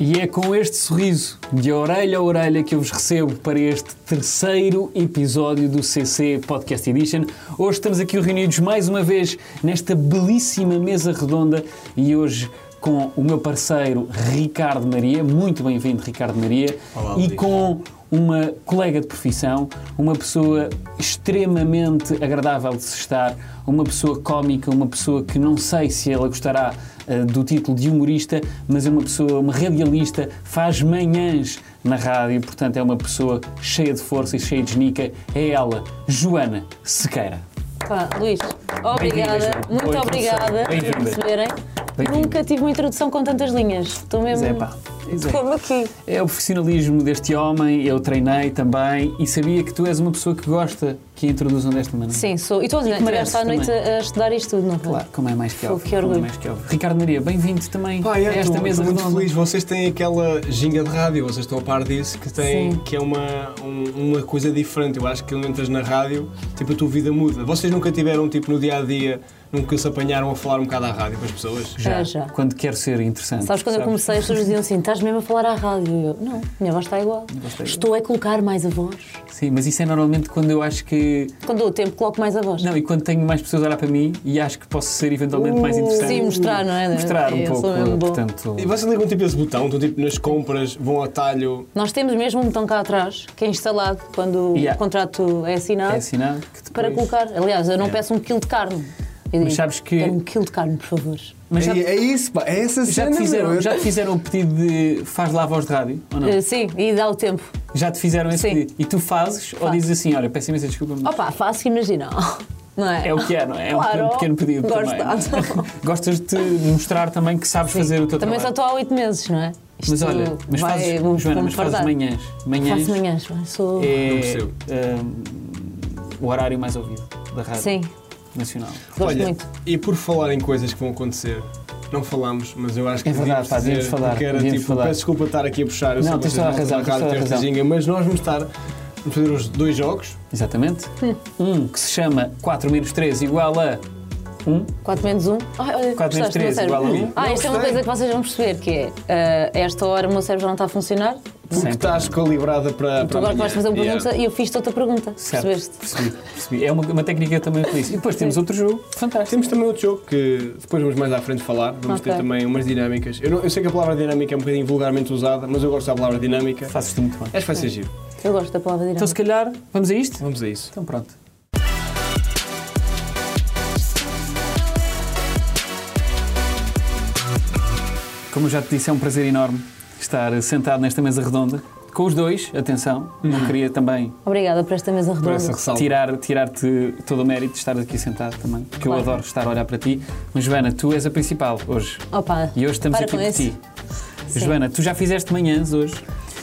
E é com este sorriso de orelha a orelha que eu vos recebo para este terceiro episódio do CC Podcast Edition. Hoje estamos aqui reunidos mais uma vez nesta belíssima mesa redonda e hoje com o meu parceiro Ricardo Maria. Muito bem-vindo, Ricardo Maria. Olá, e Rodrigo. com uma colega de profissão, uma pessoa extremamente agradável de se estar, uma pessoa cómica, uma pessoa que não sei se ela gostará eh, do título de humorista, mas é uma pessoa, uma radialista, faz manhãs na rádio, portanto é uma pessoa cheia de força e cheia de genica. É ela, Joana Sequeira. Pá, Luís, obrigada, Joana. muito Boa obrigada por introdução. Bem-vinda. receberem. Bem-vinda. Nunca tive uma introdução com tantas linhas. Estou mesmo. Zé, é, pá. Zé. Estou-me aqui. É o profissionalismo deste homem, eu treinei também e sabia que tu és uma pessoa que gosta que a introduzam desta maneira. Sim, sou. E todos os dias merece à noite também. a, a estudar isto tudo, não foi? Claro, como é mais que Fogo, óbvio. que como é orgulho. mais que óbvio. Ricardo Maria, bem-vindo também Pá, a é, esta estou- mesa estou muito redonda. feliz. Vocês têm aquela ginga de rádio, vocês estão a par disso, que, tem, Sim. que é uma, um- uma coisa diferente. Eu acho que quando entras na rádio, tipo, a tua vida muda. Vocês nunca tiveram, tipo, no dia a dia, nunca se apanharam a falar um bocado à rádio com as pessoas? Já, É, já. Quando quero ser interessante. Sabes quando eu comecei, as pessoas diziam assim: estás mesmo a falar à rádio? E Eu, não, minha voz está igual. está igual. Estou a colocar mais a voz. Sim, mas isso é normalmente quando eu acho que. Quando dou o tempo, coloco mais a voz. Não, e quando tenho mais pessoas a olhar para mim e acho que posso ser eventualmente mais interessante. Uh, Sim, mostrar, não é? Mostrar um Eu sou pouco. mesmo bom. Portanto, E vocês ligam, tipo, esse botão? Estão, tipo, nas compras, vão ao talho? Nós temos mesmo um botão cá atrás, que é instalado quando Yeah. o contrato é assinado, é assinado que depois... para colocar. Aliás, eu não peço um quilo de carne. Eu Mas digo, sabes que- "Quero Um quilo de carne, por favor. Mas já, É, é isso, pá, é essa já, cena, te meu. fizeram, já te fizeram o pedido de faz lá a voz de rádio ou não? Eh, Sim, e dá o tempo. Já te fizeram esse Sim. pedido? E tu fazes ou Faço. dizes assim, olha, peço imensa desculpa, mas Opa, fácil imaginar. Não é? é o que é, não é? É um Claro. pequeno pedido Gosto também. não é? tanto. Gostas de mostrar também que sabes fazer o teu Também trabalho. só estou há oito meses, não é? Isto Mas olha, mas vai- fazes, vou- Joana, vou-me mas fazes fartar. manhãs. Manhãs Faço manhãs, mas sou. é Não percebo. hum, o horário mais ouvido da rádio Sim, nacional. gosto Olha, muito. e por falar em coisas que vão acontecer, não falámos, mas eu acho que É verdade, devíamos pá, devíamos dizer, falar, porque era, devíamos tipo, falar. peço desculpa estar aqui a puxar, eu Não, sei que tens vocês toda a vão razão, estar tens toda a ter esta razão. ginga, mas nós vamos estar vamos fazer os dois jogos. Exatamente. Um que se chama 4 menos 3 igual a 1. 4 menos 1. Ai, olha, Quatro menos gostaste, meu três, cérebro. igual a um. Ah, Não, isto é uma gostei. coisa que vocês vão perceber, que é eh, esta hora o meu cérebro já não está a funcionar. Porque Sempre. estás calibrada para. Tu agora para amanhã. vais fazer um uma Yeah. pergunta e eu fiz-te outra pergunta. Certo, Percebeste? percebi, percebi. É uma, uma técnica que eu também utilizo. E depois temos outro jogo, fantástico. Temos também outro jogo que depois vamos mais à frente falar. Vamos ter Ok. também umas dinâmicas. Eu, não- eu sei que a palavra dinâmica é um bocadinho vulgarmente usada, mas eu gosto da palavra dinâmica. Fazes-te muito bem. Acho que vai ser giro. Eu gosto da palavra Então, dinâmica. se calhar, vamos a isto? Vamos a isso. Então, pronto. Como eu já te disse, é um prazer enorme estar sentado nesta mesa redonda com os dois. Atenção, não queria também Obrigada por esta mesa Por essa redonda. ressalva. tirar- tirar-te todo o mérito de estar aqui sentado também, porque eu Claro. adoro estar a olhar para ti. Mas, Joana, tu és a principal hoje. Opa, E hoje estamos para aqui com por isso. ti. Sim. Joana, tu já fizeste manhãs hoje.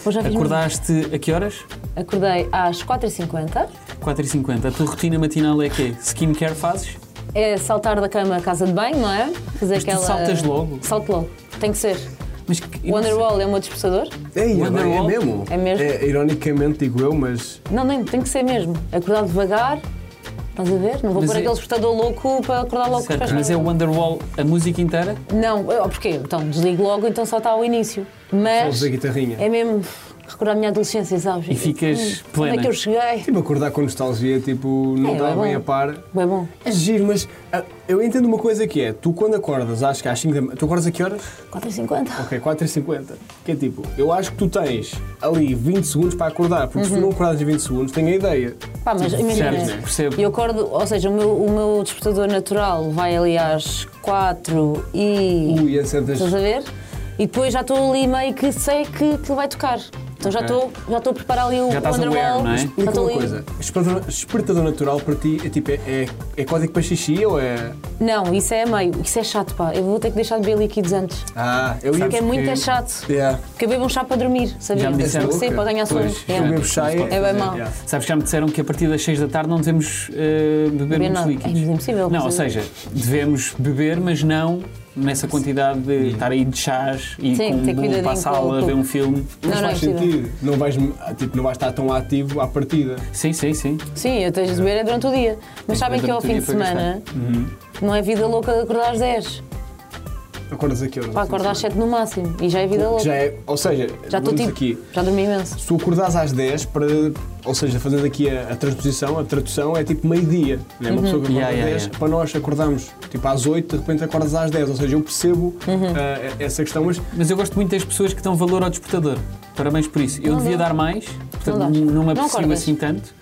Hoje já fiz Acordaste a que horas? Acordei às 4h50. 4h50. A tua rotina matinal é quê? Skincare fazes? É saltar da cama à casa de banho, não é? Fazer Mas tu saltas logo? Salto logo. Tem que ser. Mas que- O Underwall é o meu dispersador? Ei, Wonderwall? é mesmo? É mesmo. ironicamente digo eu, mas. Não, nem, tem que ser mesmo. Acordar devagar. Estás a ver? Não vou Mas pôr é- aquele despertador louco para acordar logo com os pés Certo, mas é para- o Underwall a música inteira? Não, eu, porquê? Então desligo logo, então só está ao início. Mas Ouves a guitarrinha. é mesmo recordar a minha adolescência, sabes? E ficas plena. Onde é que eu cheguei? Tipo, acordar com nostalgia, tipo, não É, dá é bem bom. a par. Bem bom. É giro, mas ah, eu entendo uma coisa que é, tu quando acordas, acho que às 5 da manhã, tu acordas a que horas? 4h50. Ok, 4h50. Que é tipo, eu acho que tu tens ali 20 segundos para acordar, porque se tu Uhum. não acordares em 20 segundos, tenho a ideia. Pá, mas imagina, Certo, é? percebo. eu acordo, ou seja, o meu, o meu despertador natural vai ali às 4 e. Ui, é certas- Estás a ver? E depois já estou ali meio que sei que, que vai tocar. Então já Ok. estou já estou a preparar ali o Já estás Wonderwall. aware, não é? já Explica estou Então, uma ali- coisa, despertador, despertador natural para ti é tipo, é, é, é código para xixi ou é... Não, isso é a meio, isso é chato, pá. Eu vou ter que deixar de beber líquidos antes. Ah, eu ia... Porque é muito porque- é chato. Yeah. Porque eu bebo um chá para dormir, sabia? Já me Tem disseram. que ser, para ganhar sono. Pois, É. Eu bebo chá e... É bem mau. Yeah. Sabes que já me disseram que a partir das 6 da tarde não devemos eh, beber Beber muitos nada. líquidos. É, mas é impossível, Não, mas ou eu- seja, devemos beber, mas não nessa quantidade de estar aí de chás e Sim, com ter um cuidadinho para a com- sala, com- ver um filme. Não, não Mas é faz possível. sentido, não vais, ah, tipo, não vais estar tão ativo à partida. Sim, sim, sim. Sim, eu tenho de beber é durante o dia. Mas sabem que ao durante o fim de dia para semana não é vida louca de acordar às 10. Acordas aqui horas. Pá, acordo às 7 no máximo e já é vida louca. Já é, ou seja, Já estou vamos tipo. aqui. Já dormi imenso. Se tu acordares às 10, para, ou seja, fazendo aqui a, a transposição, a tradução é tipo meio-dia. Né? Uhum. Uma pessoa que acorda Yeah, às yeah, 10, yeah. para nós acordarmos tipo às 8, de repente acordas às 10. Ou seja, eu percebo Uhum. ah, essa questão, mas Mas eu gosto muito das pessoas que dão valor ao despertador. Parabéns por isso. Eu Não devia dá. dar mais, portanto dá. não, me Não aprecio acordas. assim tanto,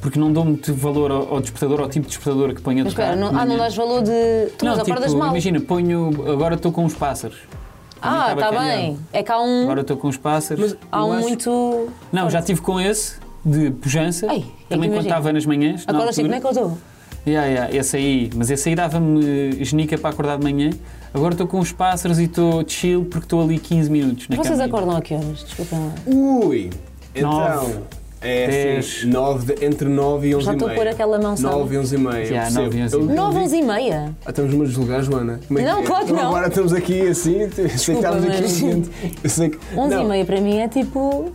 porque não dou muito valor ao, ao despertador, ao tipo de despertador que ponho a Mas tocar. espera, não, ah, não dás valor de. Tu Não, mas tipo, acordas mal. imagina, ponho. Agora estou com os pássaros. ah, Também está estava bem. calhado. É que há um. Agora estou com os pássaros. há eu um acho- muito. Não, já estive com esse, de pujança. Ai, é que também imagino. quando estava nas manhãs. na Acordas tipo, como altura. é que eu estou? Yeah, yeah, esse aí, mas esse aí dava-me genica para acordar de manhã. Agora estou com os pássaros e estou chill porque estou ali 15 minutos. Na Vocês caminha. acordam a que horas? Desculpem lá. Ui! Nove, Então. É dez. assim, nove de- entre 9 e 11 Já e estou a meia. pôr aquela mão, sabe? 9 e 11 e Já, meia. eu percebo. nove e onze e Eu- meia. eu 9, digo- 11 e meia. Ah, estamos uma julgar, Joana. Como é que Não, é? claro que não. Agora estamos aqui assim, sei que estamos aqui mas- gente. Eu sei que. 11 não, e meia para mim é tipo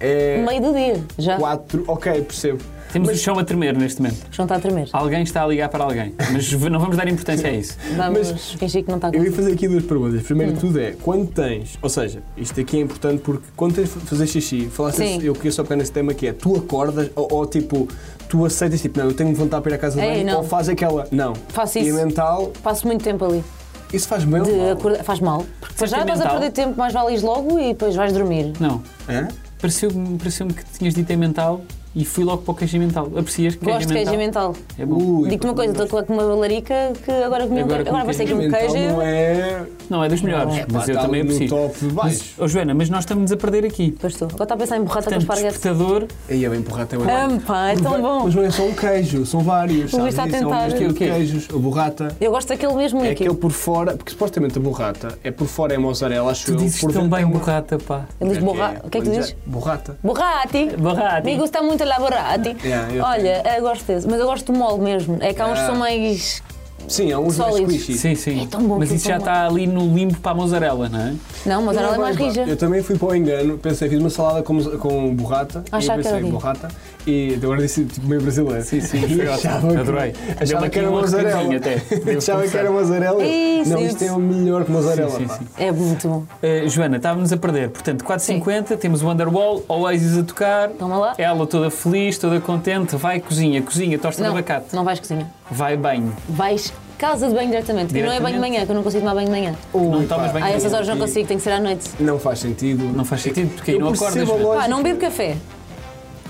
É meio do dia. Já. 4, ok, percebo. Temos o chão a tremer neste momento. O chão está tá a tremer. Alguém está a ligar para alguém, mas v- não vamos dar importância a isso. Vamos mas- fingir que não está a Eu ia fazer aqui duas perguntas. Hum. Primeiro de tudo é, quando tens, ou seja, isto aqui é importante porque quando tens de fazer xixi, falaste, Sim. eu queria só pegar nesse tema que é, tu acordas ou, ou, tipo, tu aceitas, tipo, não, eu tenho vontade para ir à casa de Ei, banho, não. ou faz aquela, não. Faço E a isso. mental, Passo muito tempo ali. isso faz bem ou De mal? acordar- Faz mal. Porque para já Forte estás a mental. perder tempo, mais vales logo e depois vais dormir. Não, Hã? pareceu-me pareceu que tinhas dito em mental e fui logo para o queijo em mental. Aprecias que Gosto de queijo queijo em mental? mental. É bom. Ui, Digo-te uma coisa, estou com uma balarica que agora comi um Agora queijo. com Agora vai ser aqui queijo. um mental não queijo. é... Não, é dos melhores, É, mas pá, eu tá também ali no aprecio. top de baixo. Mas, oh, Joana, mas nós estamos a perder aqui. Pois estou. Agora está a pensar em borrata com Portanto, esparguete. despertador, Aí é bem porra até agora. Ah, pá, é tão bom. Mas não é só um queijo, são vários. O Luís sabes? está a E são tentar. vários O quê, o tipos um de quê? queijos, a borrata. Eu gosto daquele mesmo É líquido. aquele por fora, porque supostamente a borrata é por fora é mozzarella, acho tu eu. dizes por tão dentro bem é uma- borrata, pá. Ele diz borra... é? O que é que tu Quando dizes? já- Borrata. Borrati. Borrati. Me gusta muito la borrati. Yeah, eu Olha, eu gosto desse. Mas eu gosto do mole mesmo. É que há uns que são Yeah. mais... Sim, há uns mais Sólidos. squishy. Sim, sim. É tão bom mas que isso eu um já como. está ali no limbo para a mozzarella, não é? Não, mas ela é Não, mais bem, pá. rija. Eu também fui para o engano, pensei, fiz uma salada com, com borrata e Ah, Achava que pensei, era ali. borrata, e agora disse tipo meio brasileiro. Sim, sim, E foi achava ótimo. que- Adorei. Deu-me Achava aqui que era um mozzarella. arrepiadinho até. Devo Achava que era mozzarella. Isso, Não, isso. isto é o melhor que mozzarella. Sim, sim, pá. sim. É muito bom. Eh, Joana, estávamos a perder. Portanto, 4,50, temos o Underwall, Oasis a tocar. Toma lá. Ela toda feliz, toda contente, vai cozinha, cozinha, tosta de Não, abacate. não vais cozinhar. Vai banho. Vais casa de banho diretamente. E não é banho de Diretamente. manhã, que eu não consigo tomar banho de manhã. Não Ui, tomas pá. banho. Ah, essas horas não e- consigo, tem que ser à noite. Não faz sentido. Não faz sentido, porque aí Eu não acordas. percebo a Joana. lógica. Pá, não bebo café.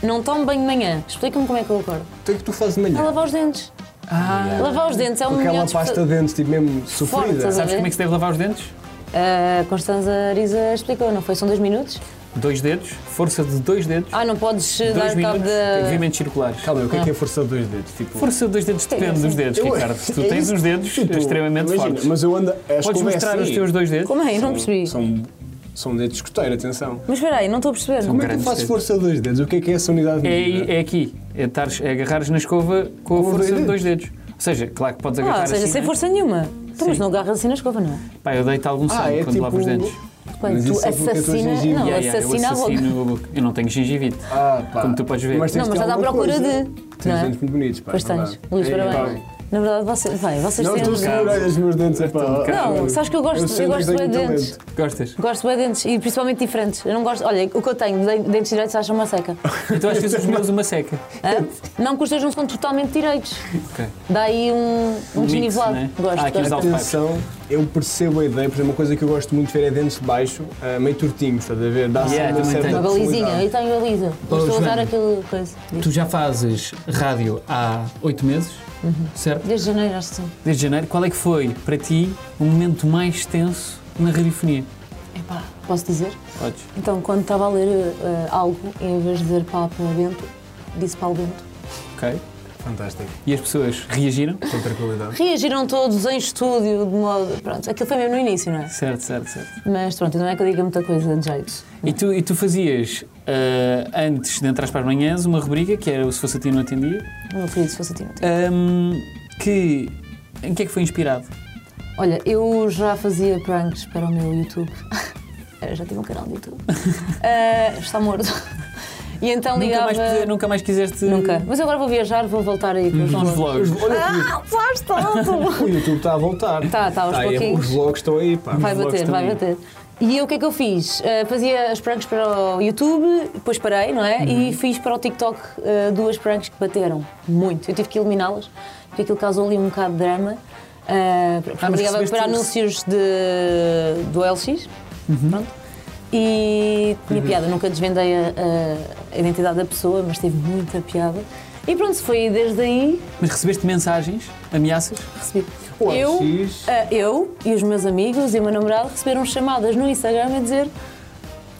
Não tomo banho de manhã. Explica-me como é que eu acordo. O que é que tu fazes de A manhã? lavar os dentes. Ah, Lavar os dentes é um Com melhor... aquela desper- pasta de dentes, tipo mesmo Forte, sofrida. estás a sabes ver? como é que se deve lavar os dentes? A Ah, Constanza Arisa explicou, não foi? São dois minutos? Dois dedos, força de dois dedos, Ah, não podes eh, dois dar cabo minutos, da... movimentos circulares. Calma, aí, o que é que é força de dois dedos? Tipo, Força de dois dedos depende dos dedos, Eu- Ricardo. Tu é tens isso. uns dedos Tipo, extremamente imagina, fortes. Mas assim, eu ando. As Podes mostrar os teus dois dedos? Como é? Eu não percebi. São, são dedos de escoteiro, atenção. Mas espera aí, não estou a perceber. Como Como é que eu Grandes faço dedos. força de dois dedos? O que é que é essa unidade de medida? É, é aqui, é, tares, é agarrares na escova com a Com os força de dois dois dedos. Ou seja, claro que podes agarrar Ah, ou seja, assim, sem né? força nenhuma. Tu, mas não agarras assim na escova, não é? Pá, eu deito Ah, algum é sangue quando tipo lavo os dentes. Bem, Mas tu isso é porque eu estou assassina- gengiva. não, Yeah, yeah, assassina a eu assassino a boca. Eu não tenho gengivite. Ah, pá. Como tu podes ver. tens Não, mas de ter estás à alguma procura coisa. de, Tens não é? dentes muito bonitos, pá. Pois é tens. verdade. Luís, É, parabéns. pá. Na verdade, vocês, bem, vocês Não, têm... um tu segurar os meus dentes, é pá. Não, sabes que eu gosto- eu sinto gosto tenho bué de muito dentes. talento. Gostas? Gosto bem de dentes e principalmente diferentes. Eu não gosto. Olha, o que eu tenho, de dentes direitos acham uma seca. Então às vezes os meus uma seca. Hã? Não, porque os teus não são totalmente direitos. Ok. Dá aí um, um, Um mix, desnivelado. né? Gosto, Ah, aqui os gosto. altos. Atenção, eu percebo a ideia, por exemplo, uma coisa que eu gosto muito de ver é dentes de baixo, ah, meio tortinhos, estás a ver? Dá-se Yeah, uma também certa tenho. Uma balizinha, possibilidade. eu tenho a baliza. Oh, Eu estou a usar Joana. aquele coisa. Tu já fazes rádio há oito meses, Uhum. certo? Desde janeiro, acho que sim. Desde janeiro. Qual é que foi, para ti, o momento mais tenso na radiofonia? Epá, posso dizer? Podes. Então, quando estava a ler eh, algo, em vez de dizer Papa Bento, disse Paulo Bento. Ok. Fantástico, E as pessoas reagiram? com tranquilidade. Reagiram todos em estúdio, de modo. Pronto, aquilo foi mesmo no início, não é? Certo, certo, certo. Mas pronto, não é que eu diga muita coisa de jeito. E tu, e tu fazias, ah, antes de entrar para as manhãs, uma rubrica que era o Se Fosse a Ti Não Atendia, O Meu querido, se fosse a ti, não tinha. ahm, que... Em que é que foi inspirado? Olha, eu já fazia pranks para o meu YouTube. Eu já tive um canal de YouTube. Eh, está Ah, morto. E então Nunca ligava... mais, pode- nunca mais quiseste. Nunca. Uhum. Mas eu agora vou viajar, vou voltar aí para os Os vlogs. vlogs. Olha, Ah, faz tanto! o YouTube está a voltar. Tá, tá, aos Tá, e pouquinhos. Os vlogs estão aí, pá. os Vai vlogs bater, estão vai aí. bater. E eu o que é que eu fiz? Eh, fazia as pranks para o YouTube, depois parei, não é? Uhum. E fiz para o TikTok eh, duas pranks que bateram muito. Eu tive que eliminá-las, porque aquilo causou ali um bocado de drama. eh, porque Ah, mas ligava recebeste para o- anúncios de, do LX, Uhum. pronto. E tinha piada, nunca desvendei a, a- a identidade da pessoa, mas teve muita piada. E pronto, foi desde aí Mas recebeste mensagens, ameaças? recebi. O eu, LX. ah, eu e os meus amigos e o meu namorado receberam chamadas no Instagram a dizer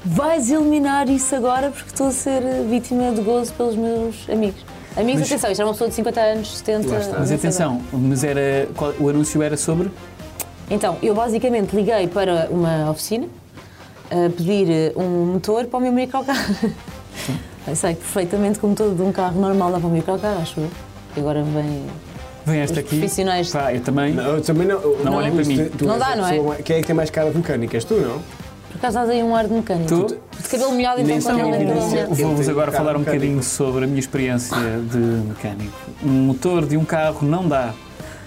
vais eliminar isso agora porque estou a ser eh, vítima de gozo pelos meus amigos. Amigos, Mas- atenção, isto era uma pessoa de 50 anos, 70. Lá está. não Mas sei atenção, mas era, qual- o anúncio era sobre. então, eu basicamente liguei para uma oficina a pedir eh, um motor para o meu microcarro. Eu sei perfeitamente que o motor de um carro normal dá para o microcarro, acho eu. E agora vem. Vem esta Os aqui. profissionais. Pá, eu também. Não, eu também não. eu- Não olhem para tu- mim. tu Não és dá, a não é? pessoa mais- Quem é que tem mais cara de mecânica? És tu, não? Por acaso dás aí um ar de mecânico. Tu? De cabelo molhado, então Então, quando ele é de cabelo evidência. molhado. Vou-vos Tem agora carro falar um mecânico. bocadinho sobre a minha experiência de mecânico. Um motor de um carro não dá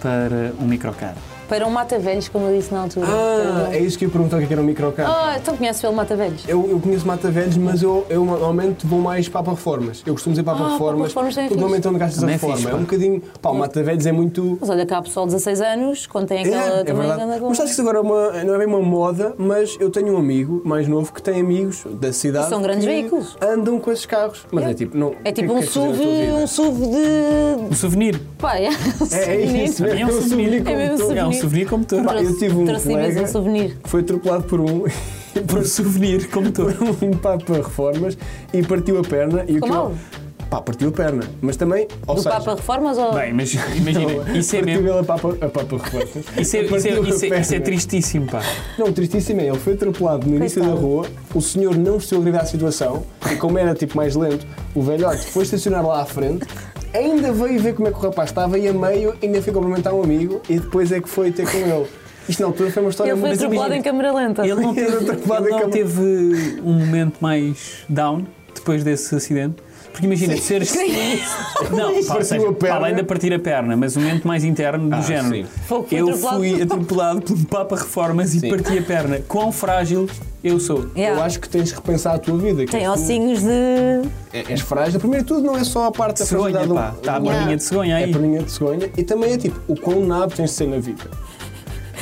para um microcarro. Para um mata-velhos, como eu disse na altura. Ah, é Para- isso que eu ia perguntar o que é que era um microcarro. Ah, então conheces pelo mata-velhos? Eu, eu conheço Mata Velhos, mas eu, eu normalmente vou mais para reformas. Eu costumo dizer para Ah, reformas, papa-reformas também é porque normalmente é onde gastas Também a é reforma. fixe, é um pá. bocadinho. Pá, o Mata Velhos é muito. Mas olha cá, pessoal, 16 anos, quando tem aquela é também verdade. anda com- Mas sabes que isso agora é uma- não é bem uma moda, mas eu tenho um amigo mais novo que tem amigos da cidade. Que são grandes que veículos. Andam com esses carros. Mas é, tipo. Não, É o que tipo que um queres fazer na SUV, tua vida? um SUV de. Um souvenir. Pá, é. É, é isso, É é um souvenir. um souvenir. É mesmo É um souvenir. souvenir como motor. Pá, eu tive um Trouxe imenso colega um souvenir. que foi atropelado por um. Por um souvenir como motor. por um Papa Reformas e partiu a perna. E o Ficou que eu- mal? Pá, partiu a perna. Mas também, ou Do seja, Papa Reformas ou. Bem, mas imagina, isso é partiu mesmo. ele a Papa, a Papa Reformas. Isso é, isso é- Partiu a isso é- isso é perna. tristíssimo, pá. Não, o tristíssimo é, ele foi atropelado no início Coitado. da rua, o senhor não se livre da situação, e como era tipo mais lento, o velhote foi estacionar lá à frente, ainda veio ver como é que o rapaz estava e a meio ainda foi cumprimentar um amigo e depois é que foi ter com ele. Isto na altura foi uma história ele foi muito atropelado em câmera lenta. Ele não teve, Ele atropelado ele em não cama. teve um momento mais down depois desse acidente. Porque imagina, seres. Não, pá, ou Partiu seja, a perna. para além de partir a perna, mas um momento mais interno do Ah, género. sim. Foi- foi eu atropelado. fui atropelado por um Papa Reformas e Sim. parti a perna. Quão frágil eu sou. Yeah. Eu acho que tens de repensar a tua vida. que Tem és tu- ossinhos de. É- És frágil. Primeiro de tudo, não é só a parte da Cegonha, fragilidade. do- pá. Está a do- perninha de cegonha É a aí. perninha de cegonha. E também é tipo, o quão nabo tens de ser na vida.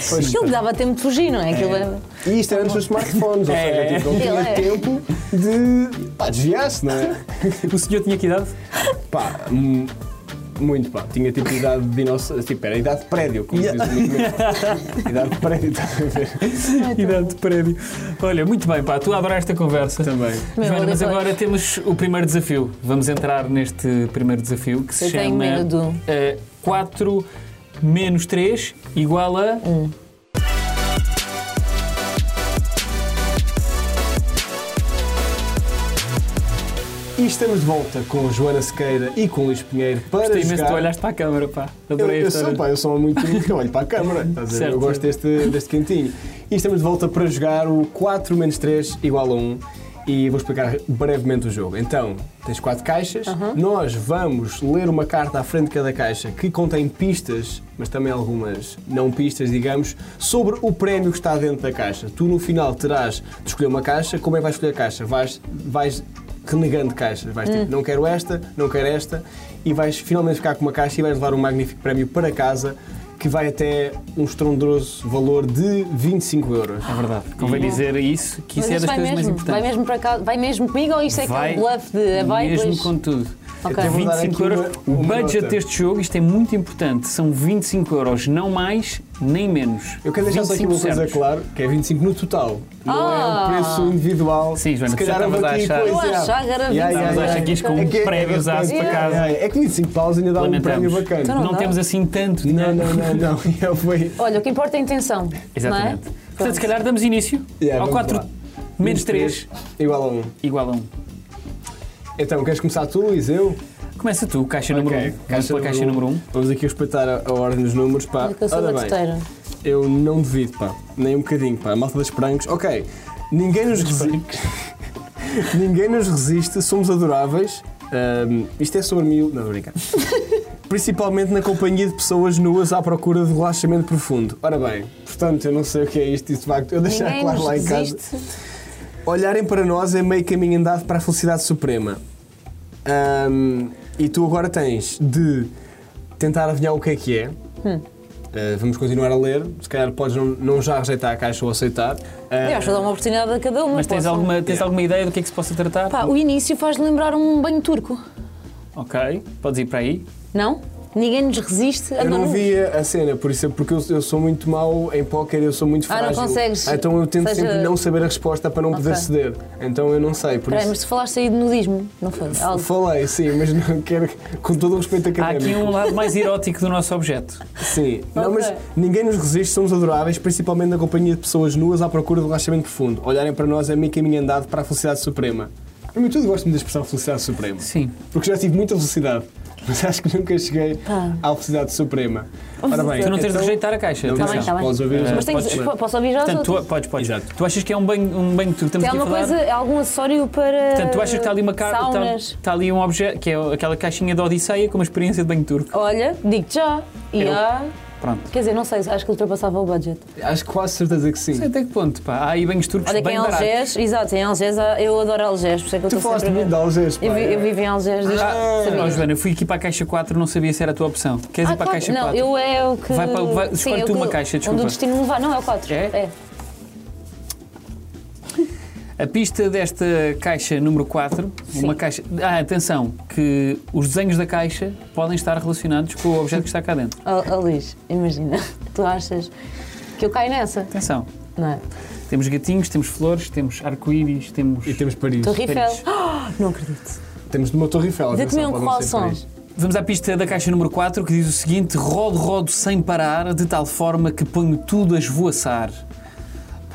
Pois, Aquilo dava tempo de fugir, não é? Aquilo é. E isto era antes dos smartphones, ou seja, Tá É. tipo, não tinha Ele é. tempo de. pá, desviar-se, não é? O senhor tinha que idade? pá, hum, muito pá. Tinha tipo idade de dinossauro. Tipo, era idade de prédio, como Yeah. diz o meu amigo. Idade de prédio, estás a É ver? idade de prédio. Olha, muito bem, pá. Tu adoraste esta conversa. Também. Meu, Joana, mas depois. agora temos o primeiro desafio. Vamos entrar neste primeiro desafio que se Eu tenho chama medo. um. 4 menos 3 igual a. Um. E estamos de volta com Joana Sequeira e com Luís Pinheiro para Gostei imenso, jogar... tu olhaste para a câmara, pá. Eu, Adorei eu esta. sou, pá, eu sou muito. Eu olho para a câmara. estás a ver? Certo. Eu gosto deste, deste cantinho. E estamos de volta para jogar o 4 menos 3 igual a 1. E vou explicar brevemente o jogo. Então, tens quatro caixas. Nós vamos ler uma carta à frente de cada caixa que contém pistas, mas também algumas não pistas, digamos, sobre o prémio que está dentro da caixa. Tu, no final, terás de escolher uma caixa. Como é que vais escolher a caixa? Vais, vais renegando caixas. Vais tipo, não quero esta, não quero esta, e vais finalmente ficar com uma caixa e vais levar um magnífico prémio para casa que vai até um estrondoso valor de 25 euros. É verdade. Convém dizer isso, que Mas isso é isto das coisas vai mais mesmo, vai importantes. mesmo para cá, vai mesmo comigo ou isto é que é um bluff de vai mesmo depois- com tudo. Ok. Até Eu vou dar 25 aqui euros. uma- o uma budget nota. deste jogo, isto é muito importante, são 25 euros, não mais nem menos. Eu quero deixar só aqui uma 25 coisa certos. claro, que é 25 no total. Não Ah! é um preço individual. Sim, Joana, Se tu já calhar estavas houve a aqui achar. coisa- Eu achava que era Ya, ya, 25. ya, Estavas a achar ya. que isto com É que é- prémios é à bastante- para casa. Ya, ya. É que 25 paus ainda dá um prémio Lamentamos. bacana. Então Não, Não dá. temos assim tanto Então Não, dinheiro. não, não, não. Eu fui- Olha, o que importa é a intenção. Exatamente. Não é? Portanto, se calhar damos início Yeah, ao vamos 4 lá. menos 3 Igual a 1. igual a 1. Então, queres começar tu, Luís? Eu? Começa tu, caixa número 1. Ok, um. Vamos pela caixa número 1. Vamos aqui respeitar a, a ordem dos números, pá. Olha que eu sou Ora batuteira. bem, eu não devido, pá. Nem um bocadinho, pá. A malta das prancos. Ok, ninguém nos, resi- Ninguém nos resiste, somos adoráveis. Ahm, isto é sobre mim. Não, brincar. Principalmente na companhia de pessoas nuas à procura de relaxamento profundo. Ora bem, portanto, eu não sei o que é isto e de facto eu deixar Ninguém claro nos lá em casa. resiste. Olharem para nós é meio caminho andado para a felicidade suprema. Ahm, e tu agora tens de tentar adivinhar o que é que é. Hum. Ah, vamos continuar a ler. Se calhar podes não, não já rejeitar a caixa ou aceitar. Ah, Eu acho que vou dar uma oportunidade a cada um. É. Mas tens, posso- alguma, tens Yeah. alguma ideia do que é que se possa tratar? Pá, o início faz lembrar um banho turco, Ok, podes ir para aí. não? Ninguém nos resiste. eu andam não nus. via a cena, por isso, porque eu, eu sou muito mau em póquer, eu sou muito Ah, frágil. não consegues. Então eu tento Seja- sempre não saber a resposta para não poder Ok. ceder. Então eu não sei, por Peraí, isso... mas tu falaste aí de nudismo, não foi? Algo. Falei, sim, mas não quero... Com todo o respeito Há aqui académico. um lado mais erótico do nosso objeto. Sim, não, Ok. mas ninguém nos resiste, somos adoráveis, principalmente na companhia de pessoas nuas à procura de relaxamento profundo. Olharem para nós é meio caminho andado para a felicidade suprema. Eu tudo gosto muito da expressão felicidade suprema. Sim. Porque já tive muita felicidade, mas acho que nunca cheguei Pá. à felicidade suprema. Ora bem, Tu não tens de então- rejeitar a caixa. Não, atenção. bem, tá bem. podes ouvir os Mas tem que- Podes- po- posso ouvir já os Portanto, tu, outros? podes, podes. Exato. Tu achas que é um banho, um banho turco? Estamos aqui Tem a alguma falar. É coisa, algum acessório para. Portanto, tu achas que está ali uma ca... está, Saunas. está ali um objeto, que é aquela caixinha da Odisseia com uma experiência de banho turco. Olha, digo-te já. E Eu? há- Pronto. Quer dizer, não sei, acho que ultrapassava o budget. Acho que quase certeza que sim. Não sei até que ponto, pá. Há aí banhos turcos Olha, é que bem em baratos. Algés, exato, em Algés, há- eu adoro Algés, por isso é que eu Tu estou falaste sempre a muito de ver. Algés, Eu, pá. vi- eu vivo em Algés desde Ah, sabia. Ah, oh, Joana, fui aqui para a caixa 4, não sabia se era a tua opção. Queres ir para a claro, caixa não, 4? eu é o que. Vai para o- vai- Sim, escolhe é o tu que- uma caixa, Onde desculpa. o destino me levar, não, é o 4. É? A pista desta caixa número 4, uma caixa. Ah, atenção, que os desenhos da caixa podem estar relacionados com o objeto que está cá dentro. Ó, ó, Luís, imagina, tu achas que eu caio nessa? Atenção. Não é? Temos gatinhos, temos flores, temos arco-íris, temos. é. E temos Paris. Torre Eiffel. Paris. Ah, não acredito. Temos de uma Torre Eiffel. De atenção, comer um pode não ser croissant. Paris. Vamos à pista da caixa número 4 que diz o seguinte: rodo, rodo sem parar, de tal forma que ponho tudo a esvoaçar.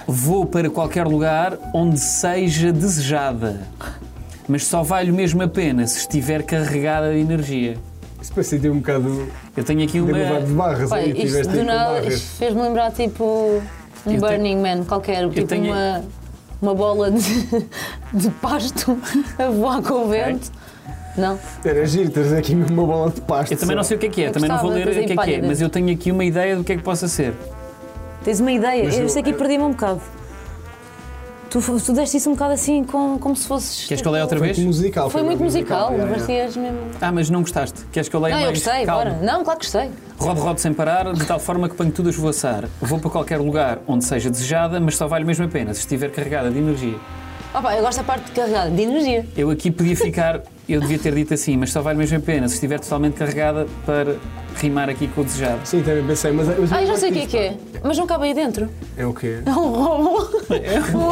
Vou para qualquer lugar onde seja desejada. Mas só valho mesmo a pena se estiver carregada de energia. Isso parecia ter um bocado Eu tenho aqui de uma. uma vibe de barras Pai, aí, isto tiveste do aí com nada barras. isto fez-me lembrar tipo um Eu Burning Man qualquer, tipo tenho- uma, uma bola de, de pasto a voar com o vento. Não? Era giro, teres aqui uma bola de pasta. Eu também não sei o que é que é, Eu também não vou gostava, ler o que depois é que é, empalha mas dentro. eu tenho aqui uma ideia do que é que possa ser. Tens uma ideia? Mas eu, eu- isto aqui perdi-me um bocado. Tu, fo- tu deste isso um bocado assim com, como se fosses. tipo, Queres que eu leia outra Foi um- vez? muito musical. Foi muito musical, yeah, yeah. parecias mesmo. Ah, mas não gostaste. Queres que eu leia Não, mais? eu gostei, Calma. bora. Não, claro que gostei. Rodo, rodo sem parar, de tal forma que ponho tudo a esvoaçar. Vou para qualquer lugar onde seja desejada, mas só vale mesmo a pena se estiver carregada de energia. Opa, Ah, eu gosto da parte de carregada, de energia. Eu aqui podia ficar, eu devia ter dito assim, mas só vale mesmo a pena se estiver totalmente carregada para rimar aqui com o desejado. Sim, também pensei, mas. mas Ah, eu já sei o que é isto, que é, mas não cabe aí dentro. pá, É o quê? É um robô. Um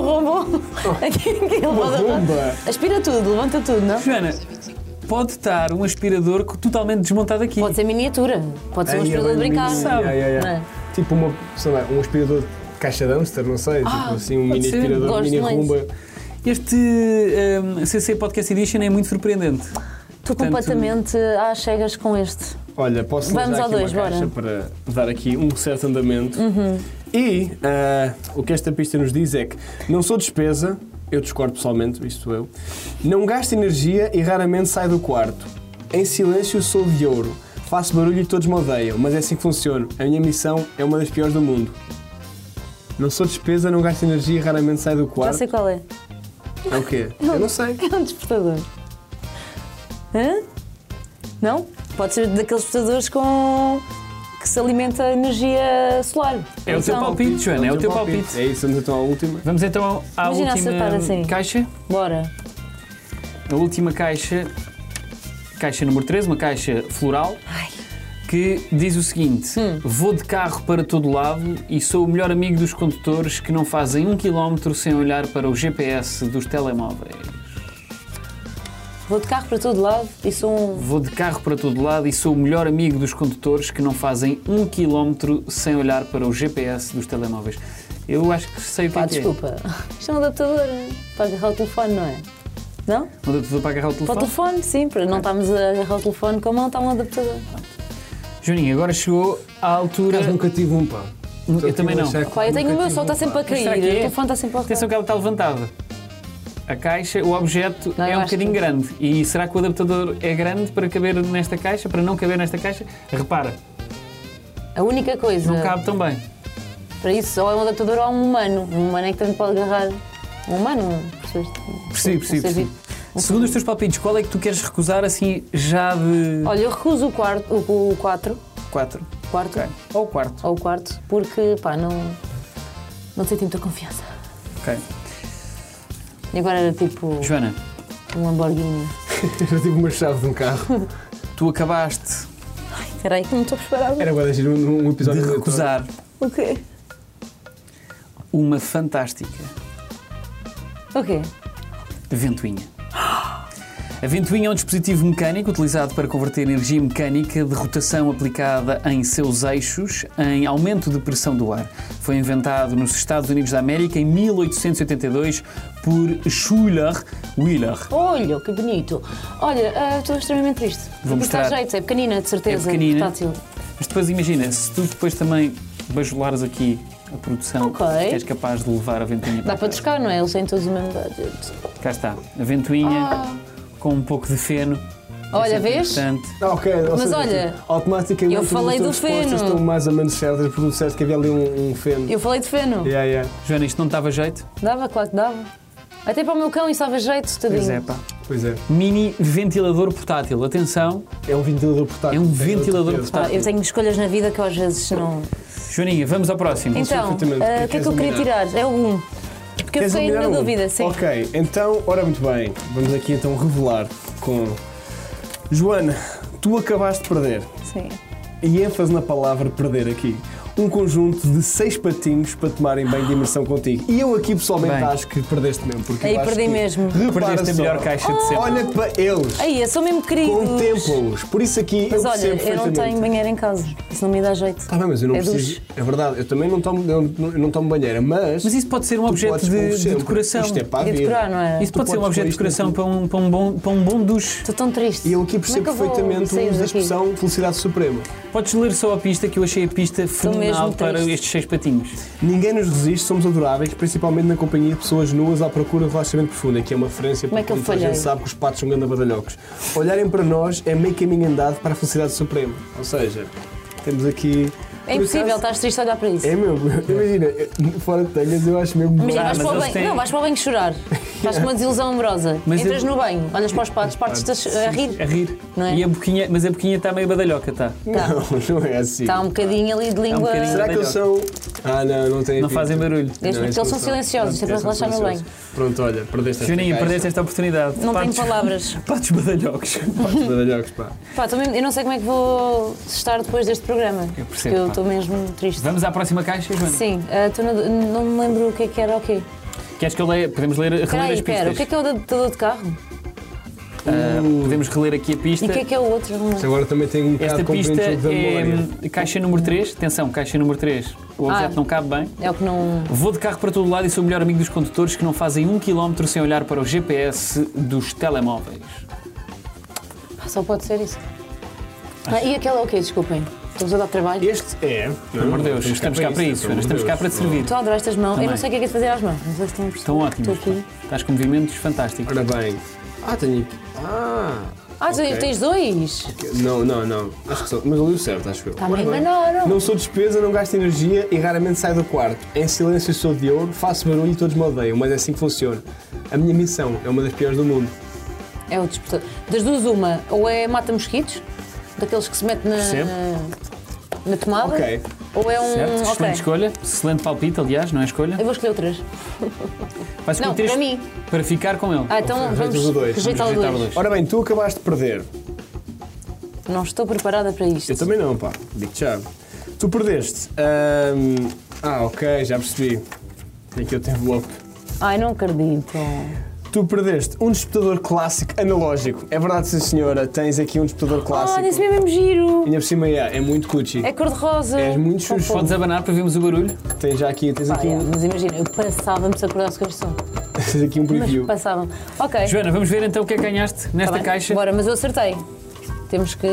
robô. Aquele bomba. Aspira tudo, levanta tudo, não? é? Joana, pode estar um aspirador co- totalmente desmontado aqui. Pode ser miniatura, pode ser um Ai, aspirador é de bem brincar. é? mini, yeah, yeah, yeah. Tipo uma, sei lá, um aspirador de caixa de hamster, não sei, tipo assim, um pode mini ser. aspirador, Ah, Gosto mini muito. rumba. Este hum, CC Podcast Edition é muito surpreendente. Estou Portanto- completamente às cegas com este. Olha, posso Vamos ao dar aqui dois, uma caixa para dar aqui um certo andamento. E ah, o que esta pista nos diz é que não sou despesa, eu discordo pessoalmente, isto sou eu, não gasto energia e raramente saio do quarto. Em silêncio sou de ouro, faço barulho e todos me odeiam, mas é assim que funciono. A minha missão é uma das piores do mundo. Não sou despesa, não gasto energia e raramente saio do Já quarto. sei qual é. É o quê? Eu não sei. É um despertador. Hã? Não? Pode ser daqueles despertadores com. que se alimenta a energia solar. É o teu Então, palpite, Joana, é o teu palpite. É isso, vamos então à última. Vamos então à Imagina acertar última assim. caixa. Bora. A última caixa, caixa número 13, uma caixa floral, que diz o seguinte: Vou de carro para todo lado e sou o melhor amigo dos condutores que não fazem um quilómetro sem olhar para o GPS dos telemóveis. Vou de carro para todo lado e sou um. Vou de carro para todo lado e sou o melhor amigo dos condutores que não fazem um quilómetro sem olhar para o GPS dos telemóveis. Eu acho que sei o que Pá, é que é. desculpa. Isto é um adaptador hein? para agarrar o telefone, não é? Não? Manda tudo para agarrar o Para o telefone. telefone, sim, para não estarmos a agarrar o telefone com a mão, está um adaptador. Juninho, agora chegou à altura. Mas nunca tive um, pá. Eu também não. um, Pá, eu tenho o meu, só está sempre a será cair, que o é? telefone está sempre a Atenção cair. que ela está levantada. a caixa, o objeto Não, eu é um acho bocadinho que- grande. E será que o adaptador é grande para caber nesta caixa, para não caber nesta caixa? Repara, A única coisa não cabe tão bem. para isso ou é um adaptador ou é um humano. Um humano é que também pode agarrar. Um humano, percebeste? Percebi, Um ser percebi. percebi. vivo. Segundo os teus palpites, qual é que tu queres recusar assim já de Olha, eu recuso o quarto, o 4, quatro? quarto, Ok. Ou quarto. ou o quarto, porque pá, não, não senti muita confiança. Ok. E agora era tipo Joana, um Lamborghini. Já tive uma chave de um carro. tu acabaste Espera aí que não estou preparada. Era guarda giro um, um de episódio aleatório. recusar O quê? uma fantástica O quê? ventoinha. A ventoinha é um dispositivo mecânico utilizado para converter energia mecânica de rotação aplicada em seus eixos em aumento de pressão do ar. Foi inventado nos Estados Unidos da América em 1882 por Schuller Wheeler. Olha, que bonito. Olha, ah, estou extremamente triste. Vou Porque mostrar. Está a jeito, é pequenina, de certeza. É pequenina. Portátil. Mas depois imagina, se tu depois também bajulares aqui a produção, Ok. que és capaz de levar a ventoinha Dá para casa. trocar, não é? Eles têm todos o mesmo budget. É. Cá está, a ventoinha Ah. com um pouco de feno. Olha, É sempre vês? importante. Ah, ok. ou Mas seja, olha, tipo, automaticamente eu falei as tuas do respostas feno. estão mais ou menos certas, porque tu disseste que havia ali um, um feno. Eu falei de feno. Yeah, yeah. Joana, isto não estava jeito? Dava, claro que dava. Até para o meu cão isso dava jeito, tadinho. Pois é, pá. Pois é. Mini ventilador portátil, atenção. É um ventilador portátil. É um Tem outro ventilador peso. portátil. Ah, eu tenho escolhas na vida que eu às vezes não. Joaninha, vamos ao próximo. Então, perfeitamente. ah, o que é Queres que eu queria eliminar? tirar? É o 1. Porque eu Queres fiquei na eliminar um? dúvida, sim. Ok, então, ora muito bem. Vamos aqui então revelar com. Joana, tu acabaste de perder, sim. e ênfase na palavra perder aqui, um conjunto de seis patinhos para tomarem bem de imersão contigo. E eu aqui pessoalmente Bem. acho que perdeste mesmo. Porque Aí eu acho perdi que- mesmo. Repara Perdeste a só. melhor caixa de sempre. Olha para eles. Aí, eu sou mesmo querido. Contempla-os. Por isso aqui Mas eu olha, percebo eu não tenho perfeitamente. banheiro em casa. Isso não me dá jeito. Tá bem, mas eu não É preciso. dos- É verdade, eu também não tomo, eu não, eu não tomo banheira, mas. Mas isso pode ser um objeto podes de- pô-lo de sempre. decoração. Isto é para a Podia vida. decorar, não era? Isto pode ser um podes objeto de pôr isto decoração aqui. para um, para, um bom, para um bom duche. Estou tão triste. E eu aqui Como é percebo que eu vou perfeitamente o sair uso da daqui? expressão felicidade suprema. Podes ler só a pista que eu achei a pista fenomenal mesmo para triste. estes seis patinhos. Ninguém nos resiste, somos adoráveis, principalmente na companhia de pessoas nuas à procura de relaxamento profundo, que é uma referência Como é que eu porque muita falhei? gente sabe que os patos são grandes badalhocos. Olharem para nós é meio caminho andado para a felicidade suprema. Ou seja, temos aqui. É Por impossível, acaso, estás triste a olhar para isso. É mesmo, imagina, eu- fora de telhas eu acho mesmo. Imagina, Ah, vais mas para o eles banho. têm- Não, vais para o banho chorar. Estás com uma desilusão amorosa. Mas Entras eu- no banho, olhas para os patos, partes-te a a rir. A rir. Não é? E a boquinha, mas a boquinha está meio badalhoca, tá? está. Está Não, não é assim. tá um bocadinho ali de língua. bocadinho. Será que eles são. Ah, não, não têm. Não pinta. fazem barulho. Não, Eles- eles eles não são silenciosos, isto é para Eles são relaxar no silenciosos. Pronto, olha, perdeste esta Joaninha, caixa. perdeste esta oportunidade. Não tenho Patos- palavras. Patos badalhocos. Patos badalhocos, pá. Pá, tô mesmo- eu não sei como é que vou estar depois deste programa. Eu percebo, porque eu pá. estou mesmo triste. Vamos à próxima caixa, Joana? Sim, ah, tu não, não me lembro o que é que era o quê. Queres que eu leia? Podemos ler, reler Espera aí, as espera, pistas. o que é que é o adaptador de carro? Ah, podemos reler aqui a pista. E o que é que é o outro? Não Mas agora também tenho um bocado Esta de compreensão pista da é memória. hum, caixa número 3. Atenção, caixa número 3. O Ah. objeto não cabe bem. É o que não. Vou de carro para todo lado e sou o melhor amigo dos condutores que não fazem um quilómetro sem olhar para o GPS dos telemóveis. Pá, só pode ser isso. Ah, e aquele é o quê? Desculpem. Estamos a dar trabalho. Este é. Pelo amor de Deus, estamos cá para isso, Joana, estamos cá para te servir. Tu adoraste as mãos. Eu Também. não sei o que é que é de fazer às mãos. Não sei se estão a perceber. Estão ótimos. Estou aqui. Estás com movimentos fantásticos. Ora bem. Ah, tenho aqui. Ah! Ah, tu Ok. tens dois? Não, não, não. Acho que sou. Mas ali o certo, acho que eu. Também Ora bem. enganaram. Não sou despesa, não gasto energia e raramente saio do quarto. Em silêncio sou de ouro, faço barulho e todos me odeiam, mas é assim que funciona. A minha missão é uma das piores do mundo. É o despertador. Das duas, uma. Ou é mata-mosquitos, daqueles que se mete na, Percebo. na tomada. Ok. Ou é um. Certo? ok. Excelente escolha. Excelente palpite, aliás, não é escolha? Eu vou escolher outras. Vais Não, escolher para este mim. para ficar com ele. Ah, então Ok, vamos rejeitas o dois. rejeitar o Vamos rejeitar o dois. dois. Ora bem, tu acabaste de perder. Não estou preparada para isto. Eu também não, pá. Digo já. Tu perdeste. Ahm, Ah, ok, já percebi. Tem aqui o teu envelope. Ai, não acredito. Ah, Tu perdeste um despertador clássico analógico. É verdade, sim senhora, tens aqui um despertador clássico. Ah, nesse mesmo giro. Ainda por cima é, é muito cuchi. É cor-de-rosa. És muito São xuxa. fofos. Podes abanar para vermos o barulho. Tens já aqui, tens Pá, aqui, é, um, mas imagina, eu passava-me se acordasse com este som. tens aqui um preview. Mas passava-me. Ok. Joana, vamos ver então o que é que ganhaste tá nesta bem. caixa. Bora, mas eu acertei. Temos que.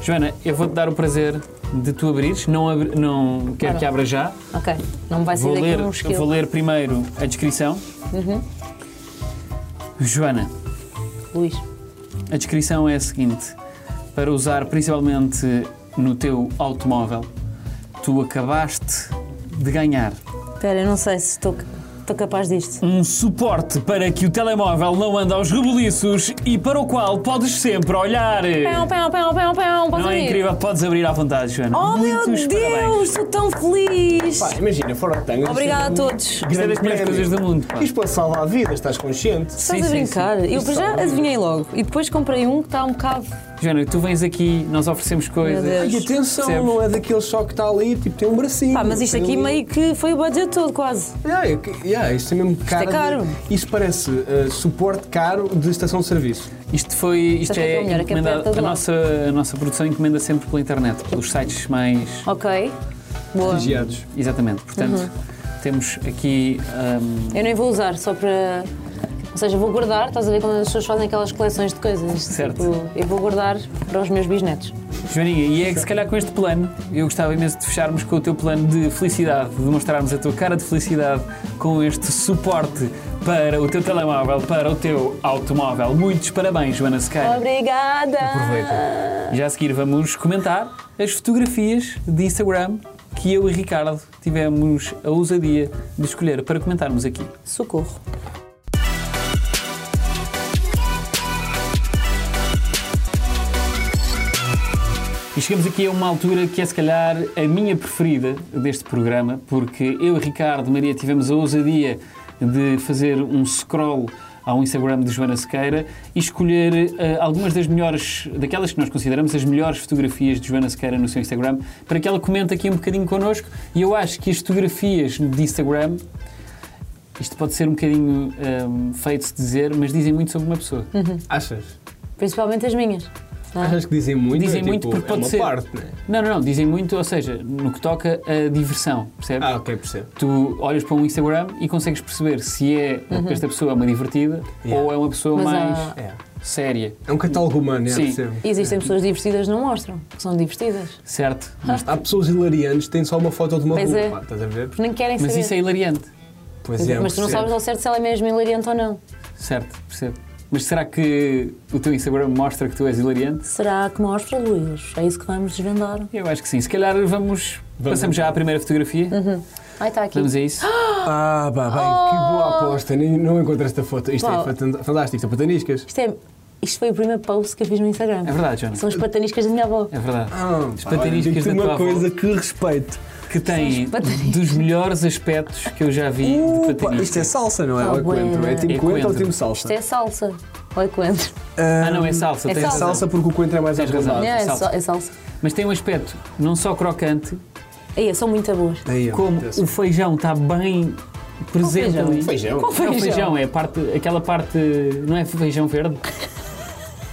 Joana, eu vou-te dar o prazer de tu abrires, não, abri- não quero Ora. que abra já. Ok, não me vai Vou sair ler, daqui Uhum. um vou esquilo. ler primeiro a descrição. Joana, Luís. a descrição é a seguinte: para usar principalmente no teu automóvel, tu acabaste de ganhar Espera, eu não sei se estou estou capaz disto. um suporte para que o telemóvel não ande aos rebuliços e para o qual podes sempre olhar. Pão, pão, pão, pão, pão, posso Não é abrir? incrível? Podes abrir à vontade, Joana. Oh meu Muitos Deus, parabéns. estou tão feliz! Pá, imagina, fora de tangas. isto Obrigada é a todos. Isto é das grande melhores prémio. coisas do mundo. pá. Isto pode salvar vidas, estás consciente? Estás Sim, a sim, brincar? sim. Eu Isso para já está- adivinhei logo e depois comprei um que está um bocado. Joana, tu vens aqui, nós oferecemos coisas. Meu Deus. E atenção, Percebes? não é daquele só que está ali, tipo, tem um bracinho. Pá, mas isto tem aqui ali- meio que foi o budget todo, quase. Yeah, eu que- yeah, isto é mesmo caro. caro. Isso parece uh, suporte caro de estação de serviço. Isto foi. Isto Sabes que é é o melhor, é que é encomendado. perto de todo a, lado. nossa, a nossa produção encomenda sempre pela internet, pelos sites mais. Ok. Boa. Vigiados. Exatamente. Portanto, Uhum. temos aqui. hum, Eu nem vou usar, só para. Ou seja, vou guardar, estás a ver quando as pessoas fazem aquelas coleções de coisas. Certo. Tipo, eu vou guardar para os meus bisnetos. Joaninha, e é que se calhar com este plano, eu gostava imenso de fecharmos com o teu plano de felicidade, de mostrarmos a tua cara de felicidade com este suporte para o teu telemóvel, para o teu automóvel. Muitos parabéns, Joana Sequeira. Obrigada! Já a seguir vamos comentar as fotografias de Instagram que eu e Ricardo tivemos a ousadia de escolher para comentarmos aqui. Socorro. E chegamos aqui a uma altura que é se calhar a minha preferida deste programa, porque eu e Ricardo Maria tivemos a ousadia de fazer um scroll ao Instagram de Joana Sequeira e escolher eh, algumas das melhores, daquelas que nós consideramos as melhores fotografias de Joana Sequeira no seu Instagram, para que ela comente aqui um bocadinho connosco. E eu acho que as fotografias de Instagram, isto pode ser um bocadinho ehm, feio de se dizer, mas dizem muito sobre uma pessoa. Achas? Principalmente as minhas. não é? Achas que dizem muito? Dizem É, tipo, muito porque é pode uma ser. parte, né? Não, não, não, dizem muito, ou seja, no que toca a diversão, percebes? Ah, ok, percebo. tu olhas para um Instagram e consegues perceber se é esta pessoa é uma divertida Yeah. ou é uma pessoa Uhum. Mas ah, mais há- É. séria, É um catálogo humano, é, Sim. percebo. Existem pessoas divertidas que não mostram, que são divertidas. certo? Mas, Há pessoas hilariantes que têm só uma foto de uma Pois rua, é. pá, estás a ver? Porque nem querem mas saber. isso é hilariante, Pois é, eu mas tu não percebo. sabes ao certo se ela é mesmo hilariante ou não. certo? Percebo. Mas será que o teu Instagram mostra que tu és hilariante? Será que mostra, Luís? É isso que vamos desvendar. Eu acho que sim. Se calhar vamos. Vamos. então. Passamos já à primeira fotografia. Uhum. Ai, está aqui. Vamos a isso. Ah, pá, bem, que boa Oh! aposta. Nem, não encontro esta foto. Isto Uau. é fanta- fantástico. São pataniscas. Isto, é, isto foi o primeiro post que eu fiz no Instagram. É verdade, Jonas. São os pataniscas da minha avó. É verdade. Ah, As pá, olha, pataniscas digo-te da tua uma avó. coisa que respeito. Que tem São as pataniscas. dos melhores aspectos que eu já vi de Opa, patinista. isto é salsa, não é? Ah, Ou é bueno. coentro? É tipo É coentro ou coentro. tipo Isto salsa? é salsa. Ou é coentro? Ah, não, é salsa. É tens razão. Salsa porque o coentro é mais Tens razão. arrasado. Não, é, salsa. sal- é salsa. Mas tem um aspecto não só crocante, Aí, são é muito boas. Aí, ó, como acontece. o feijão está bem presente feijão? ali. Feijão. Não Qual é feijão? o feijão, é a parte, aquela parte. Não é feijão verde?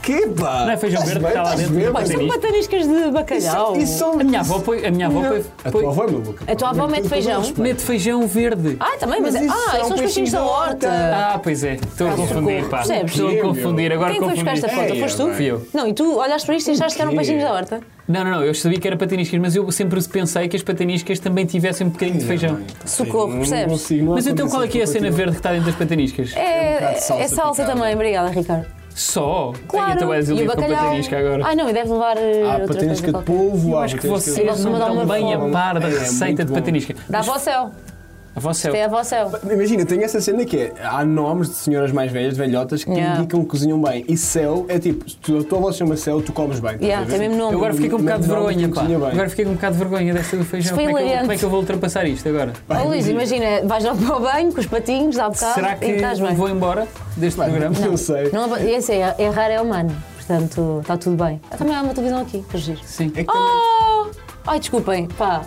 Que pá? Não é feijão Estás verde bem? que está lá Estás dentro? bem? Pá, Mas Tem são isto? pataniscas de bacalhau. Isso são- A minha avó põe. A É minha avó põe, A põe- tua avó, é meu Luca. A tua avó mete feijão. mete feijão verde. Ah, também, mas, Mas isso ah, são são os peixinhos peixinhos da da horta. Ah, pois é, estou a confundir, pá. Percebes? Estou a Gêmeo. confundir, agora Quem foi confundi. buscar esta foto? É, Foste tu? Fui eu. Não, e tu olhaste para isto e achaste que eram quê? peixinhos da horta? Não, não, não, eu sabia que era patiniscas, mas eu sempre pensei que as patiniscas também tivessem um bocadinho de feijão. Socorro, percebes? Mas então qual é que é a cena verde que está dentro das patiniscas? É, bocado de salsa é salsa picada. também, obrigada, Ricardo. Só? Claro, Ai, então és e o ilícito com bacalhau. patinisca agora. Ah, não, e deve levar eh, Há outra coisa patanisca de qualquer. polvo, Eu há acho que patanisca de- vocês Vocês não vão dar estão uma bem a fome. par da É, é receita muito de bom. patinisca. Dá avó céu. A vossa É é. avó céu. Imagina, tem essa cena que é, há nomes de senhoras mais velhas, de velhotas, que Yeah. indicam que cozinham bem. E céu é tipo, se tu- a tua avó se chama céu, tu comes bem. estás Yeah, a ver? tem mesmo nome. Eu agora fiquei com um bocado de Não, não vergonha, pá. cozinha bem. Agora fiquei com um bocado de vergonha desta do feijão. Foi Como é, que eu, vou- hilariante. como é que eu vou ultrapassar isto agora? Ó um Luís, imagina, vais logo para o banho com os patinhos, há bocado Será e que estás Tá bem. vou embora deste programa? Não sei. Não, esse é, errar é humano, portanto está tudo bem. Ah, Também há uma televisão aqui, para giro. Sim. É que também- Oh! Ai, desculpem, pá.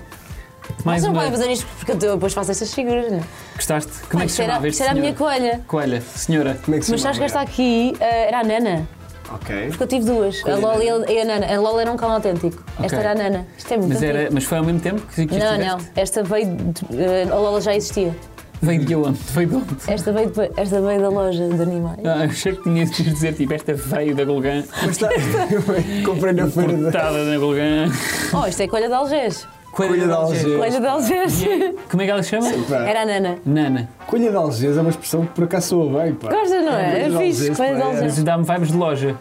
Mas Mais não uma. podem fazer isto porque eu depois faço estas figuras, não é? Gostaste? Como é que se Será chamava este a senhor? minha coelha. Coelha, senhora. Como é que se Mas sabes que esta chama? aqui eh, era a Nana, Ok. porque eu tive duas, a Lola e a- e a Nana. A Lola era um cão autêntico, esta é, Ok. era a Nana. Isto é muito Mas, antigo. era, mas foi ao mesmo tempo que, que Não, estiveste? não, esta veio. de- eh, a Lola já existia. Veio de onde? Veio de onde? Esta veio, depois- esta veio da loja de animais. Ah, achei que tinhas de dizer tipo, esta veio da Golgan, Mas está. Comprei na feira da cortada na Golgan. Ah. Oh, isto é colha de Algés. Coelha de Algés. Colha de Algés. Como é que ela se chama? Pá, Era a Nana. Nana. Colha de Algés é uma expressão que por acaso soa bem, pá. Gosta, não é? É Colha de fixe, Algés, colha de pá, é. Algés. Mas dá-me vibes de loja.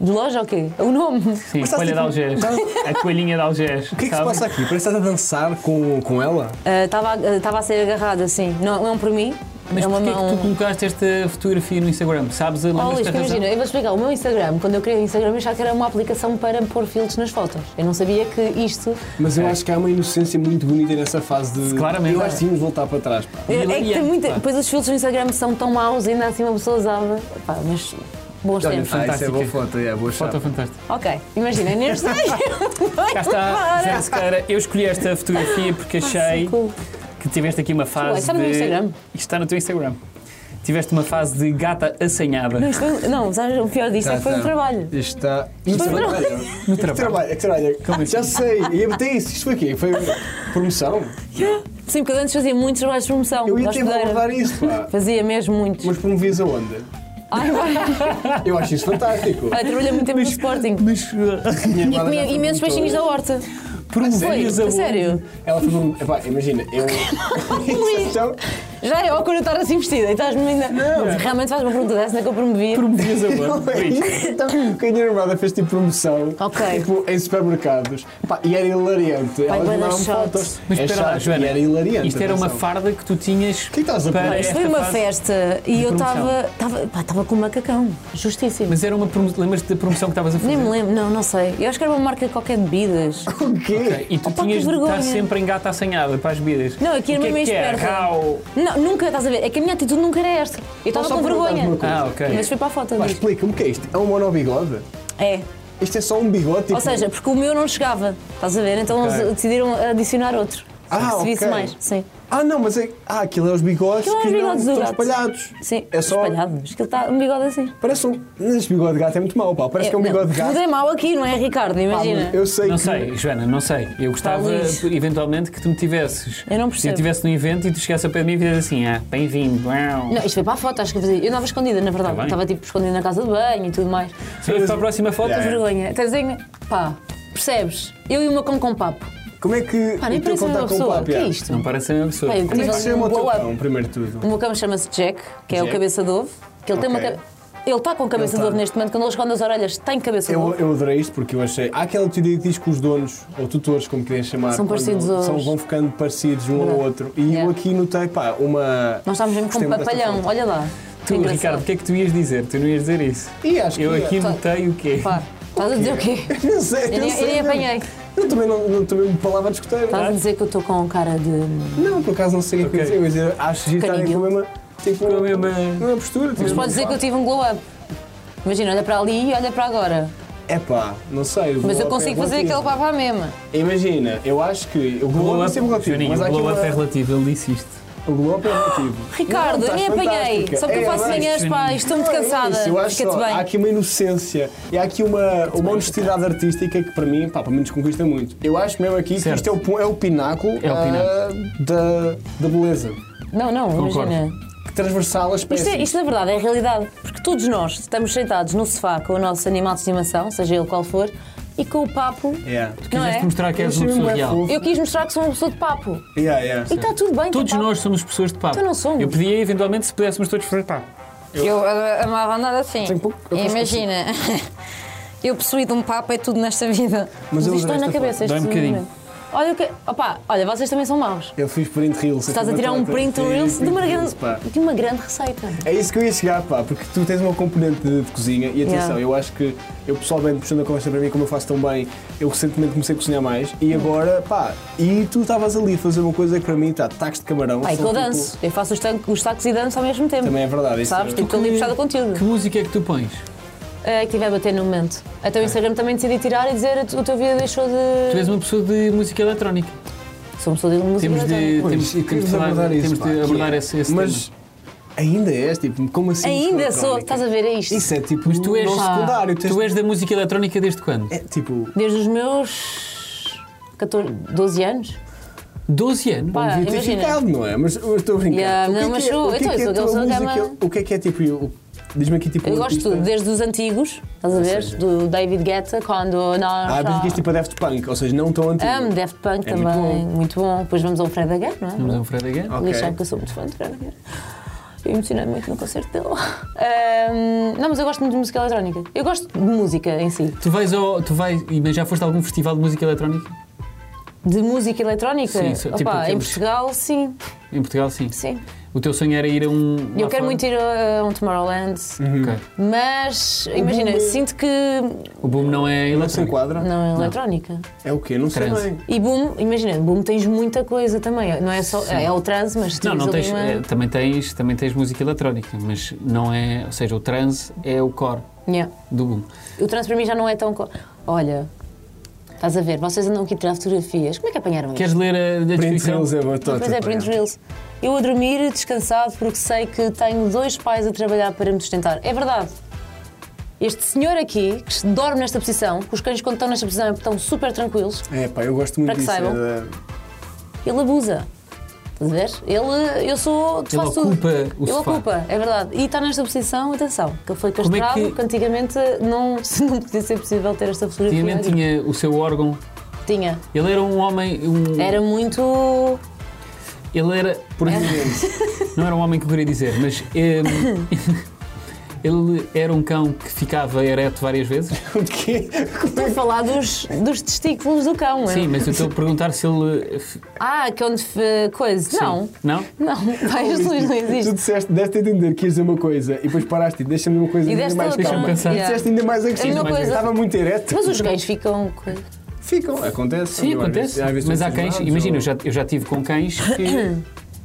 De loja ou quê? O nome? Sim, Mas estás Coelha de Algés. tipo- A coelhinha de Algés. O que é que se passa aqui? Parece que estás a dançar com, com ela. Estava eh, a ser agarrada assim. Não, não por mim. Mas é uma porquê é que mão. tu colocaste esta fotografia no Instagram? Sabes a Oh, lembras-te Luís, da que razão? imagina, eu vou explicar. O meu Instagram, quando eu criei o Instagram, eu achava que era uma aplicação para pôr filtros nas fotos. Eu não sabia que isto. Mas eu acho que há uma inocência muito bonita nessa fase de. Claramente. Eu acho que tínhamos de voltar para trás, pá. É, é que tem Hilariante, muita. pá. Depois os filtros do Instagram são tão maus, ainda assim uma pessoa usava. Pá, mas bons Olha, tempos. ah, isso é Fantástica. boa foto, é boa chave. Foto fantástica. Ok, imagina, neste. Cá está, Zé Sequeira. Eu escolhi esta fotografia porque achei Ah, cool. que tiveste aqui uma fase. está no meu de- Instagram. Isto Está no teu Instagram. Tiveste uma fase de gata assanhada. Não, isto foi- um- Não, sabes, o pior disto é que foi um trabalho. Tá, um Isto está. No trabalho. No Um trabalho. assim? trabalho. Como Já sei. E eu botei isso. Isto foi o quê? Foi promoção? Sim, porque eu antes fazia muitos trabalhos de promoção. Eu ia na ter de hospedeira. levar isso, pá. Fazia mesmo muitos. Mas promovias aonde? Ai, vai. Eu acho isso fantástico. Olha, trabalhei muito tempo no Sporting. Mas uh, Minha E irmã já comia foi imensos promotora. peixinhos da horta. Foi, promovias a a sério. Ela foi um. Epá, imagina, eu. então, Já é óculos estar assim vestida e estás-me ainda. Realmente faz uma pergunta dessa, não é que eu promovia. Promovias a não é Luís, isso. então, que a minha namorada fez tipo promoção Ok. tipo, em supermercados. Pá, e era hilariante. Pai, Ela bué da mandava shot. fotos. Mas É espera lá, chato, Joana. E era hilariante. Isto era uma atenção. farda que tu tinhas. que estás a para promover? esta Foi uma fase. festa e eu promoção. estava. estava- pá, Estava com um macacão, justíssimo. Mas era uma promo... lembras-te da promoção que estavas a fazer? Nem me lembro, não, não sei. Eu acho que era uma marca de qualquer de bebidas. O quê? E tu Opa, que tinhas de vergonha. estar sempre em gata assanhada para as bebidas. Não, aqui era O que mesmo é que é? esperta. Rau. Não, nunca, estás a ver? É que a minha atitude nunca era esta. Eu estava só com perguntar-te vergonha. uma coisa. Ah, ok. Mas foi para a foto. Pá, diz. explica-me o que é isto? É um monobigode? É. Isto é só um bigode? Tipo... Ou seja, porque o meu não chegava, estás a ver? Então Ok. eles decidiram adicionar outro. Ah, se visse ok. mais, sim. Ah, não, mas é. Ah, aquilo é os bigodes Aquilo é os que não bigodes do estão gato. espalhados. Sim, É só. espalhado, mas que ele está um bigode assim. Parece um. Mas Este bigode de gato é muito mau, pá. Parece que é um não, bigode de gato. Tudo é mau aqui, não é, Ricardo? Pá, Imagina. Eu sei Não que. sei, Joana, não sei. Eu gostava Luís. eventualmente que tu me tivesses. Eu não percebo. Se eu estivesse num evento e tu chegasse ao pé de mim e fizesse assim, ah, bem-vindo. uau. Não, isto foi para a foto, acho que eu fazia. Eu andava escondida, na verdade. Tá bem. estava tipo escondida na casa de banho e tudo mais. Se fosse para a próxima foto, Yeah. É. Vergonha. Quer dizer, pá, percebes? Eu e o meu cão com papo. Como é que. Pá, nem o teu parece a mesma contato com o pessoa. O que papi é? é isto? não parece a mesma pessoa. Pá, eu Como é que se tive chama um o teu blow-up. cão, primeiro de tudo? O meu cão chama-se Jack, que é o Jack. cabeça de ovo, que ele tem uma Ok. cabe- Ele está com cabeça Ele de tá. ovo neste momento, quando ele esconde as orelhas, tem cabeça de Eu, ovo. eu adorei isto porque eu achei. Há aquela teoria que diz que os donos, ou tutores, como querem chamar, São quando parecidos aos- são, vão ficando parecidos um ao Verdade. outro. E eu Yeah. aqui notei, pá, uma. Nós estamos mesmo com Gostei um muito desta papalhão, foto. olha lá. Tu, Engraçado. Ricardo, o que é que tu ias dizer? Tu não ias dizer isso. E acho que eu ia. aqui Tá. notei o quê? Pá, estás a dizer o quê? Não sei, Eu não nem- é sei. eu nem não. apanhei. Tá. Eu também não, não também palavra de escuteiro. Estás a dizer que eu estou com cara de. Não, por acaso não sei o que Ok. é que eu ia dizer. Acho que estarem com a mesma. Tipo, a mesma- mesma postura. tipo, Mas pode dizer que eu tive um glow up. Imagina, olha para ali e olha para agora. É pá, não sei. Mas eu consigo fazer aquele papo à mesma. Imagina, eu acho que. O glow Glow up é up, sempre relativo. Joaninho, Mas há aqui glow up uma- é relativo, ele disse isto. O glow up é relativo. Ricardo, Não, eu estás nem apanhei. fantástica. Só porque É, eu faço vai. manhãs, pá, estou muito Não, é cansada. isso, eu acho Fica-te só, bem. Há aqui uma inocência e há aqui uma, uma honestidade artística que para mim, pá, para mim desconquista muito. Eu acho mesmo aqui Certo. que isto é o, pon- é o pináculo, É o ah, da, da beleza. Não, não, Concordo. imagina. Que transversal as espécies. Isto, é, isto na verdade é a realidade, porque todos nós estamos sentados no sofá com o nosso animal de estimação, seja ele qual for, e com o papo. Yeah. Não Quiseste é? mostrar que és Isso uma é pessoa bué real. fofo. Eu quis mostrar que sou uma pessoa de papo. Yeah, yeah. E está tudo bem. Todos com o papo. nós somos pessoas de papo. Então não somos. Eu pedia eventualmente se pudéssemos todos fazer papo. Eu a- amava andar assim. Tem pouco- eu posso- Imagina, eu possuí de um papo é tudo nesta vida. Mas eu isto dói adorei na esta cabeça, este Dói um bocadinho. momento. Olha o que. Opa, olha, vocês também são maus. foto. Eu fiz print reels. Estás a tirar um print Sim, reels de uma print grande, reels, pá. de uma grande receita. É isso que eu ia chegar, pá, porque tu tens uma componente de, de cozinha e atenção, Yeah. eu acho que eu pessoalmente, puxando a conversa para mim, como eu faço tão bem, eu recentemente comecei a cozinhar mais e Uhum. agora, pá, e tu estavas ali a fazer uma coisa que para mim, tá, tacos de camarão. Ai, que são eu tipo- danço. Eu faço os, tan- os tacos e danço ao mesmo tempo. Também é verdade, isso Sabes? é- Tipo, estou ali puxada contigo. Que música é que tu pões? É que tiver a bater no momento. Até o Instagram também decidi tirar e dizer o teu vídeo deixou de. Tu um és uma pessoa de música eletrónica. Sou uma pessoa de música. Temos então. de, Pois, temos, e temos de, falar- temos pá, de que abordar é. esse, esse tipo Mas tema. ainda és, tipo, como assim? Ainda música sou, eletrónica? estás a ver, é isto. Isso é tipo, Mas tu és, não secundário, tens- tu és da música eletrónica desde quando? É tipo, Desde os meus 14, 12 anos. 12 anos? Pá, devia ter Ah, imagina. ficado, não é? Mas eu estou a brincar. Yeah, Então, o que não, é mas que é- eu- o que é então, que é isso, a tua aquele programa- música? O que é que é tipo. o- Diz-me aqui tipo. Eu um gosto de artista. tudo, desde os antigos, estás a ver? seja- Do David Guetta, quando nós. É Ah, mas isto tipo a Daft Punk, ou seja, não tão antigo. tá. Amo Daft Punk É também, muito muito bom. bom. Hum, Depois vamos ao Fred Again, não é? Vamos ao um Fred again. Ok. Lixar, porque eu sou muito fã de Fred Again. Eu emocionei muito no concerto dele. Ahm, não, mas eu gosto muito de música eletrónica. Eu gosto de música em si. Tu vais ao. Tu vais, e- mas já foste a algum festival de música eletrónica? De música eletrónica? Sim, so- Opa, tipo em aqueles- Portugal, sim. Em Portugal, sim. sim. O teu sonho era ir a um. Eu quero muito ir a a um Tomorrowland, mas imagina, sinto que O boom não é Não se eletrónico. enquadra. não é eletrónica. É o quê? Não sei Trance. bem. E boom, imagina, boom tens muita coisa também. Não é só. É, o transe, mas Não, tens não ali tens, uma- é, também, tens, também tens música eletrónica, mas não é. Ou seja, o trance é o core Yeah. do boom. O transe para mim já não é tão. co- Olha, estás a ver, vocês andam aqui a tirar fotografias. Como é que apanharam isto? Queres ler a, a Print descrição? Sales é batota. Pois é, pá. print reels. Eu a dormir descansado porque sei que tenho dois pais a trabalhar para me sustentar. É verdade. Este senhor aqui, que dorme nesta posição, que os cães quando estão nesta posição estão super tranquilos, É pá, eu gosto muito Para que disso. é saibam. da- ele abusa. Estás a ver? Ele, eu sou. Ele faço tudo. ocupa o Ele sofá. ocupa, é verdade. E está nesta posição, atenção, que ele foi é que- castrado, que... antigamente não, se não podia ser possível ter esta fotografia. Antigamente tinha o seu órgão. Tinha. Ele era um homem. Um, Era muito. Ele era. Presidente. Não era um homem que eu queria dizer, mas. hum, ele era um cão que ficava ereto várias vezes. é, O quê? Estou a falar dos, dos testículos do cão, é? Sim, mas eu estou a perguntar se ele. eh, f- Ah, que onde. f- coisa. Não. Não? Não, vais luz não Tu existe. disseste, deste a entender que ias dizer uma coisa e depois paraste e deixa-me uma coisa E ainda deste mais outra, calma. Deixa-me pensar. E Disseste ainda mais agressivo. Ainda mais coisa. Estava muito ereto. Mas os gays ficam. com- Ficam, acontece. Sim, Eu às vezes- acontece. às vezes mas sou há cães, cismado, imagina, eu ou- já, eu já tive com cães que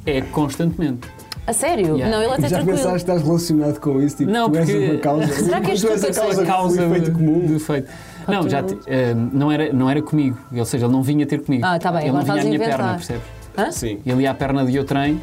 é constantemente. A sério? Yeah. Não, ele até é Já tranquilo. pensaste que estás relacionado com isso? Tipo, Não, tu és porque- uma causa. Será que és tu és tu a que causa, sei? causa do efeito comum? do efeito. Não, já, ti- eh, não, era, não era comigo, ou seja, ele não vinha ter comigo. Ah, tá bem, ele agora não vinha estás à a minha inventar. Hum. perna, percebes? Hã? Sim. Ele ia à perna de outro trem,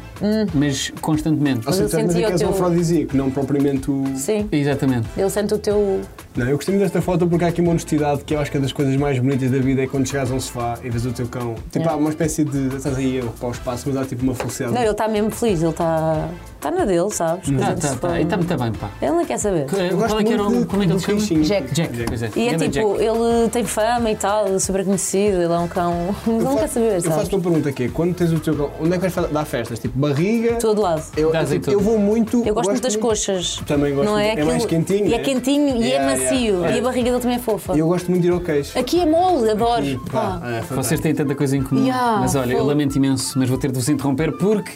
mas constantemente. eu Ou seja, tu és senti que o és um teu- afrodisíaco, não propriamente o. Sim. Exatamente. Ele sente o teu. Não, eu gostei muito desta foto porque há aqui uma honestidade que eu acho que é das coisas mais bonitas da vida é quando chegas a um sofá e vês o teu cão. Tipo, É. há uma espécie de. Estás aí a ocupar o espaço, mas há tipo uma felicidade. Não, ele está mesmo feliz, ele está. Está na dele, sabes? Que a Tá, gente tá, se tá. põe- E está muito bem, pá. Ele não quer saber. Que- Eu gosto Qual é que era muito o. de- Como é que ele do se chama? queixinho. Jack. Jack, pois é. E é Ganda tipo, Jack. ele tem fama e tal, super conhecido, ele é um cão. Mas ele não quer saber, Eu sabes? faço uma pergunta aqui: quando tens o teu cão, onde é que vais fa- dar festas? Tipo, barriga? Todo lado. Eu, Dás em tipo, tudo. eu vou muito. Eu gosto muito das coxas. Também gosto não é, muito. É mais aquilo- quentinho, E é né? quentinho e Yeah, é yeah. macio. E É. a barriga dele também é fofa. E Eu gosto muito de ir ao queixo. Aqui é mole, adoro. Oh. E, pá, Pá. é Vocês fantástico. têm tanta coisa em comum. Yeah, mas olha, eu fogo. lamento imenso, mas vou ter de vos interromper porque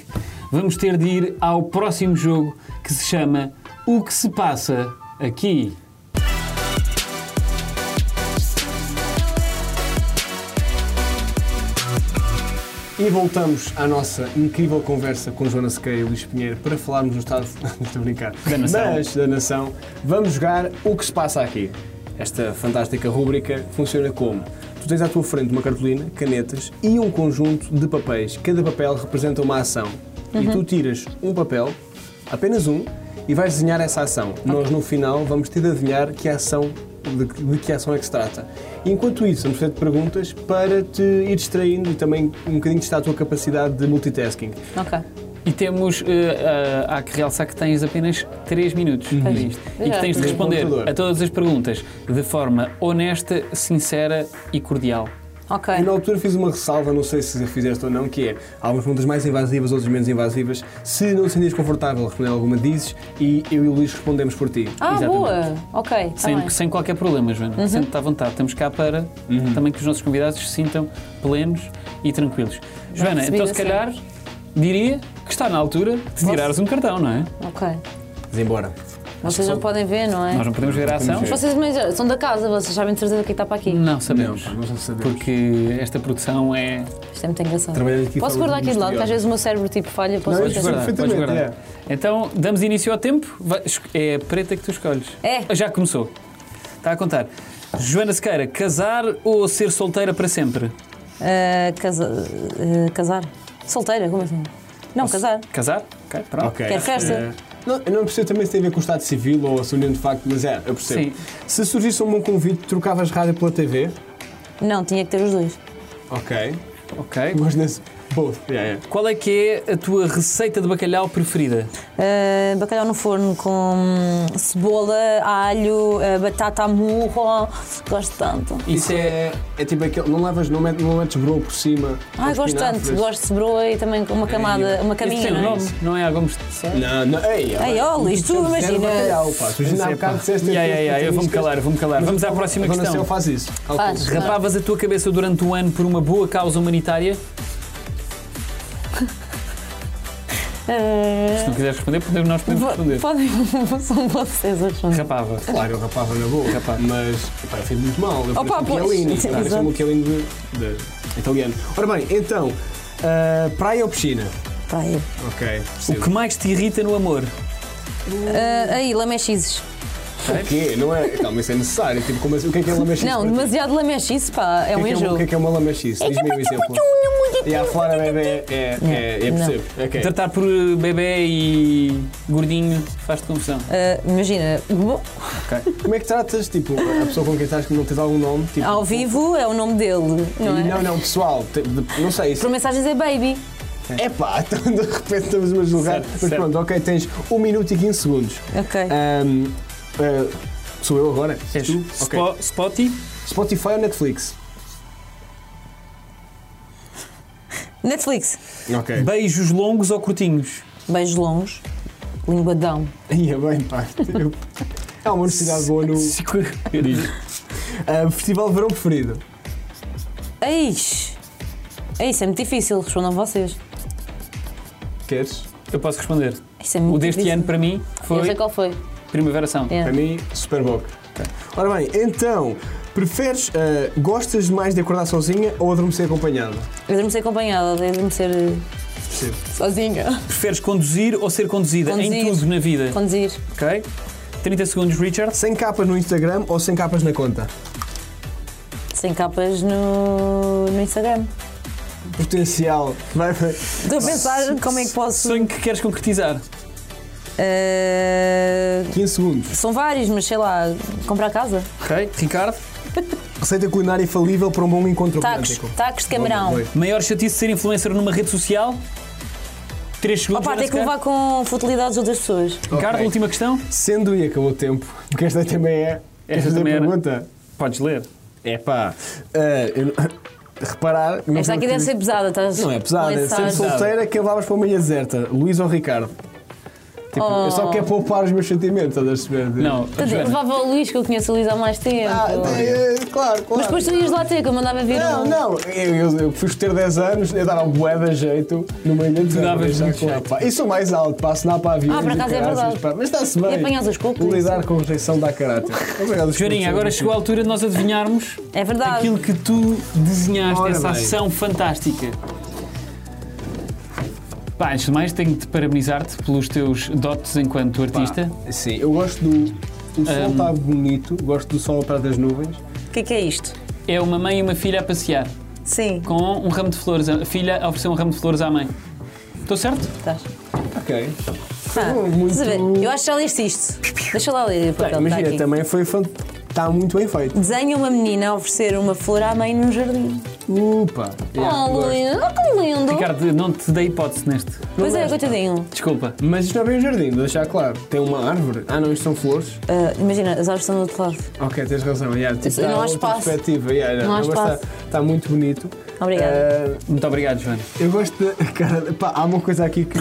vamos ter de ir ao próximo jogo que se chama O que se passa aqui. E voltamos à nossa incrível conversa com Joana Sequeira e Luís Pinheiro para falarmos do estado. não Estou a brincar. Da nação. Mas da nação. Vamos jogar o que se passa aqui. Esta fantástica rúbrica funciona como? Tu tens à tua frente uma cartolina, canetas e um conjunto de papéis. Cada papel representa uma ação. Uhum. E tu tiras um papel, apenas um, e vais desenhar essa ação. Nós, no final, vamos ter de adivinhar que ação, de, que- de que ação é que se trata. Enquanto isso, vamos fazer perguntas para te ir distraindo e também um bocadinho testar a tua capacidade de multitasking. Ah, Ok. E temos, eh, ah, há que realçar que tens apenas 3 minutos Uhum. para isto. E que Já, tens de tudo. responder Computador. a todas as perguntas de forma honesta, sincera e cordial. Ok. E na altura fiz uma ressalva, não sei se fizeste ou não, que é algumas perguntas mais invasivas, outras menos invasivas. Se não te sentias confortável a responder alguma, dizes e eu e o Luís respondemos por ti. Ah, Exatamente. boa! Ok, tá Sem, bem. Uhum. sem qualquer problema, Joana. Sente-te à vontade. Estamos cá para Uhum. também que os nossos convidados se sintam plenos e tranquilos. Joana, recebido então se assim. calhar diria que está na altura de tirares um cartão, não é? Ok. Vamos embora. Vocês não podem ver, não é? Nós não podemos ver Hum. a ação. Vocês mas, são da casa, vocês sabem de certeza o que está para aqui. Não Não, sabemos. pá, nós não sabemos. Porque esta produção é. Isto é muito engraçado. Trabalhamos aqui posso falando guardar aqui de lado, misterioso. que às vezes o meu cérebro tipo falha, posso Não, esquecer. isto é Guarda, podes perfeitamente, é. guardar. Então, damos início ao tempo. Vai- es- É a preta que tu escolhes. É. Já começou. Está a contar. Joana Sequeira, casar ou ser solteira para sempre? Ah, casa- ah, casar. Solteira, como assim? Não, casar. Casar? Ok, pronto. Ok. Quer festa? Eh, Não, eu não percebo também se tem a ver com o Estado Civil ou a se união de facto, mas é, eu percebo. Sim. Se surgisse um bom convite, trocavas rádio pela TV? Não, tinha que ter os dois. Ok. Ok. Gosto desse. Both. Yeah, yeah. Qual é que é a tua receita de bacalhau preferida? Ah, bacalhau no forno com hum, cebola, alho, ah, batata à murro. Gosto tanto. Isso é, é tipo aquele. Não levas, não metes, não metes broa por cima. Ai, com gosto espinafres. tanto. Gosto de cebola e também com uma camada, Isso uma caminha. tem um não é? nome, não é? Há Gomes de Não, não. Ei, Ei, ó, Luís, tu Era imaginas. bacalhau, é pá. Tu já há bocado disseste. Ya, ya, ya, eu vou-me calar, vou-me calar. Vamos à próxima Agora questão. se eu faz isso. calcula. Faz. Rapavas a tua cabeça durante um ano por uma boa causa humanitária? Ah, Se não quiseres responder, podemos nós podemos responder. vo- Podem, são vocês a responder. Rapava. Claro, eu rapava na boa, Rapava. mas pá, eu fiz muito mal. Eu Opa, parecia um pois. Chiellini, Sim, pá, parecia um exato. Chiellini de, de italiano. Ora bem, então, ah, praia ou piscina? Praia. Ok, O que mais te irrita no amor? Ah, aí, lamechizes. O quê? Não é? Calma, isso é necessário. Tipo, como assim? O que é que é lamechice? Não, demasiado lamechice, pá, é O um que é que é uma- o enjoo. tipo que é que é uma lamechice? Diz-me um exemplo. E a Flora Bebé é. é, é, é Não. percebo. Ok. Tratar por eh, bebê e gordinho faz-te confusão. Ah, imagina, bom, Como é que tratas, tipo, a pessoa com quem estás que não tens algum nome? Tipo, ao vivo é o nome dele, não é? Não, não, pessoal, te- de- não sei. Por mensagens é baby. É pá, então de repente estamos a julgar. Certo, Mas certo. pronto, ok, tens 1 minuto e 15 segundos. Ok. Ahm, ah, sou eu agora? És Tu? Ok. Spo- Spotty? Spotify ou Netflix? Netflix. É. Ok. Beijos longos ou curtinhos? Beijos longos. Linguadão. Ia bem, pá. Eu- Há uma universidade boa no. Cinco- Ah, festival de verão preferido? Eish. É isso, é muito difícil, respondam vocês. Queres? Eu posso responder. Isso é O muito deste difícil. ano para mim Eu foi sei qual foi. Primavera São. É. Para mim, Superboc. Ora bem, então, preferes. ah, gostas mais de acordar sozinha ou adormecer acompanhada? Eu adormeci acompanhada, eu adormecer Percebo. sozinha. Preferes conduzir ou ser conduzida? Em Conduzir. tudo na vida. Conduzir. Ok? 30 segundos, Richard. Sem capas no Instagram ou sem capas na conta? Sem capas no, no Instagram. Potencial. Vai, vai. Estou a pensar como é que posso. Sonho que queres concretizar? Ah, 15 segundos. são vários, mas sei lá, comprar casa. Ok? Ricardo? Receita culinária infalível para um bom encontro Tacos, romântico. tacos de camarão. Bom, bom. Maior chatice de ser influencer numa rede social? 3 segundos. Opa, tem que levar com futilidades de outras pessoas. Ricardo, Ok. última questão? Sendo e acabou o tempo, porque esta também é. Esta Esta também era. pergunta. Podes ler. É pá. reparar. não Esta foi- aqui deve ser pesada, estás Não é pesada, é pensar. sempre solteira que levavas para uma ilha deserta. Luís ou Ricardo? Tipo, eu Oh. só quero poupar os meus sentimentos, estás a perceber? Não, Quer dizer, Joana. Levava o Luís, que eu conheço o Luís há mais tempo. Ah, é, é, claro, claro. Mas depois tu ias lá ter, que eu mandava vir. Não, um- não, eu, eu, eu fui ter 10 anos, eu dava bué de jeito numa ilha de davas Zé, muito claro, jeito. pá. E sou mais alto, pá, assinar para aviões Ah, por e acaso é caraças, verdade. pá. Mas está-se bem. E apanhas os cocos, Lidar isso. com rejeição dá caráter. Obrigado, Joaninha, agora chegou a altura de nós adivinharmos É verdade. aquilo que tu desenhaste, Ora essa bem. ação fantástica. Pá, antes de mais, tenho de parabenizar-te pelos teus dotes enquanto artista. Sim, eu gosto do... O sol está bonito, gosto do sol atrás das nuvens. O que é que é isto? É uma mãe e uma filha a passear, Sim. com um ramo de flores. A filha a oferecer um ramo de flores à mãe. Estou certo? Estás. Ok. Ah, É muito- estás Tá, a ver? Eu acho que já leste isto. Deixa lá ler. Por acaso, está Ah, Imagina, Então tá aqui. também foi fan- Está muito bem feito. Desenha uma menina a oferecer uma flor à mãe num jardim. Upa! yeah, oh, gosto. Luís, oh, que lindo. Ricardo, não te dei hipótese neste. pois é, coitadinho. Desculpa. Mas isto não é bem um jardim, vou deixar claro. Tem uma árvore. Ah não, isto são flores. Ah, imagina, as árvores estão do outro lado. Ok, tens razão. Yeah, tipo, Isso, não dá há outra espaço. Perspectiva. Yeah, Não há mas espaço. Está, está muito bonito. Obrigada. Muito obrigado, Joana. Ah, eu gosto de. Cara, pá, há uma coisa aqui que.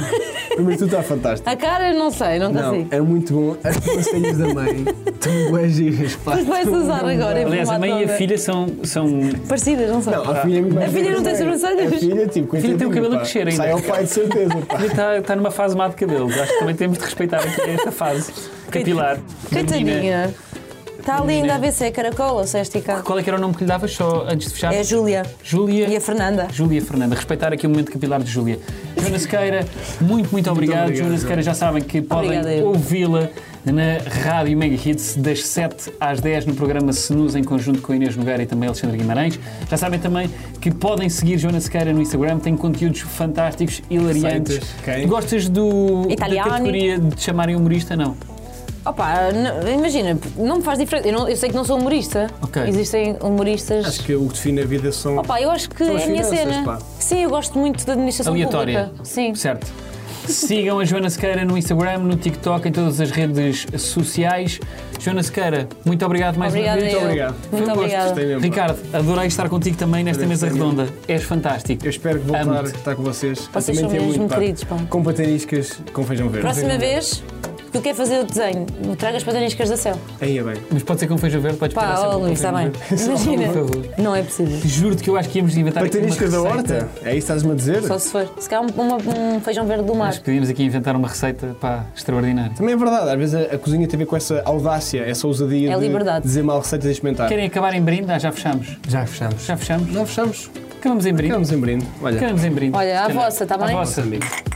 Primeiro, tu está tá fantástico. A cara, não sei, não Não, consigo. é muito bom. As sobrancelhas da mãe estão boas giras, pá. Mas vais usar agora. em Aliás, a formato mãe e a nova. filha são. são Parecidas, não sei. Não, a filha é muito mais A filha não tem gira. sobrancelhas? A filha, tipo, filha tem o coitadinha, cabelo a pá. crescer ainda. Sai ao pai, de certeza, pá. Está, está numa fase má de cabelos. Acho que também temos de respeitar aqui esta fase capilar. da menina. Coitadinha. Está linda menina. a ver se é caracola ou se é esticado. Qual é que era o nome que lhe davas só antes de fechar? É a Júlia Júlia. e a Fernanda. Júlia Fernanda, respeitar aqui o momento capilar de Júlia. Joana Sequeira, muito, muito obrigado. obrigado, Joana Sequeira, já sabem que podem Obrigada, eu. ouvi-la na Rádio Mega Hits das 7 às 10 no programa Senus em conjunto com a Inês Nogueira e também Alexandre Guimarães. Já sabem também que podem seguir Joana Sequeira no Instagram, tem conteúdos fantásticos, hilariantes. Receitas, ok. Gostas do, da Italiani. categoria de te chamarem humorista? Não. Opa, n- imagina, não me faz diferença. Eu, não- eu sei que não sou humorista. Ok. Existem humoristas. Acho que o que define a vida são. Opa, eu acho que São é as a minha finanças, cena. pá. Sim, eu gosto muito da administração Aleatória. pública. Sim. Certo. Sigam a Joana Sequeira no Instagram, no TikTok, em todas as redes sociais. Joana Sequeira, muito obrigado mais Obrigada uma vez. eu. obrigado. Foi um Muito gosto, obrigada. gostei mesmo. Ricardo, adorei estar contigo também nesta Adorei mesa estar aqui. redonda. És fantástico. Eu espero que voltar a Amo-te. estar com vocês. Eu Vocês também são tenho mesmo muito, pá. queridos, pá. Com patariscas, com feijão verde. Próxima vez que eu quero fazer é o desenho, traga as pataniscas da céu. Aí é bem. Mas pode ser com feijão verde, podes Pá, pegar sempre ó, com Luís, está feijão bem. verde. Imagina. Por favor. Não é possível. Juro-te que eu acho que íamos inventar aqui uma Patariscas da receita. horta? É isso que estás-me a dizer? Só se for. Se calhar um, uma- um feijão verde do mar. Acho que podíamos aqui inventar uma receita pá, extraordinária. Também é verdade, às vezes a, a cozinha tem a ver com essa audácia, essa ousadia É de liberdade. dizer mal receitas e experimentar. Querem acabar em brinde? Ah, já fechamos. Já fechamos. Já fechamos? Já fechamos. Acabamos em brinde. Ficamos em brinde. Olha. Acabamos em brinde. Olha, à Se calhar. vossa, tá À bem? vossa. amigo.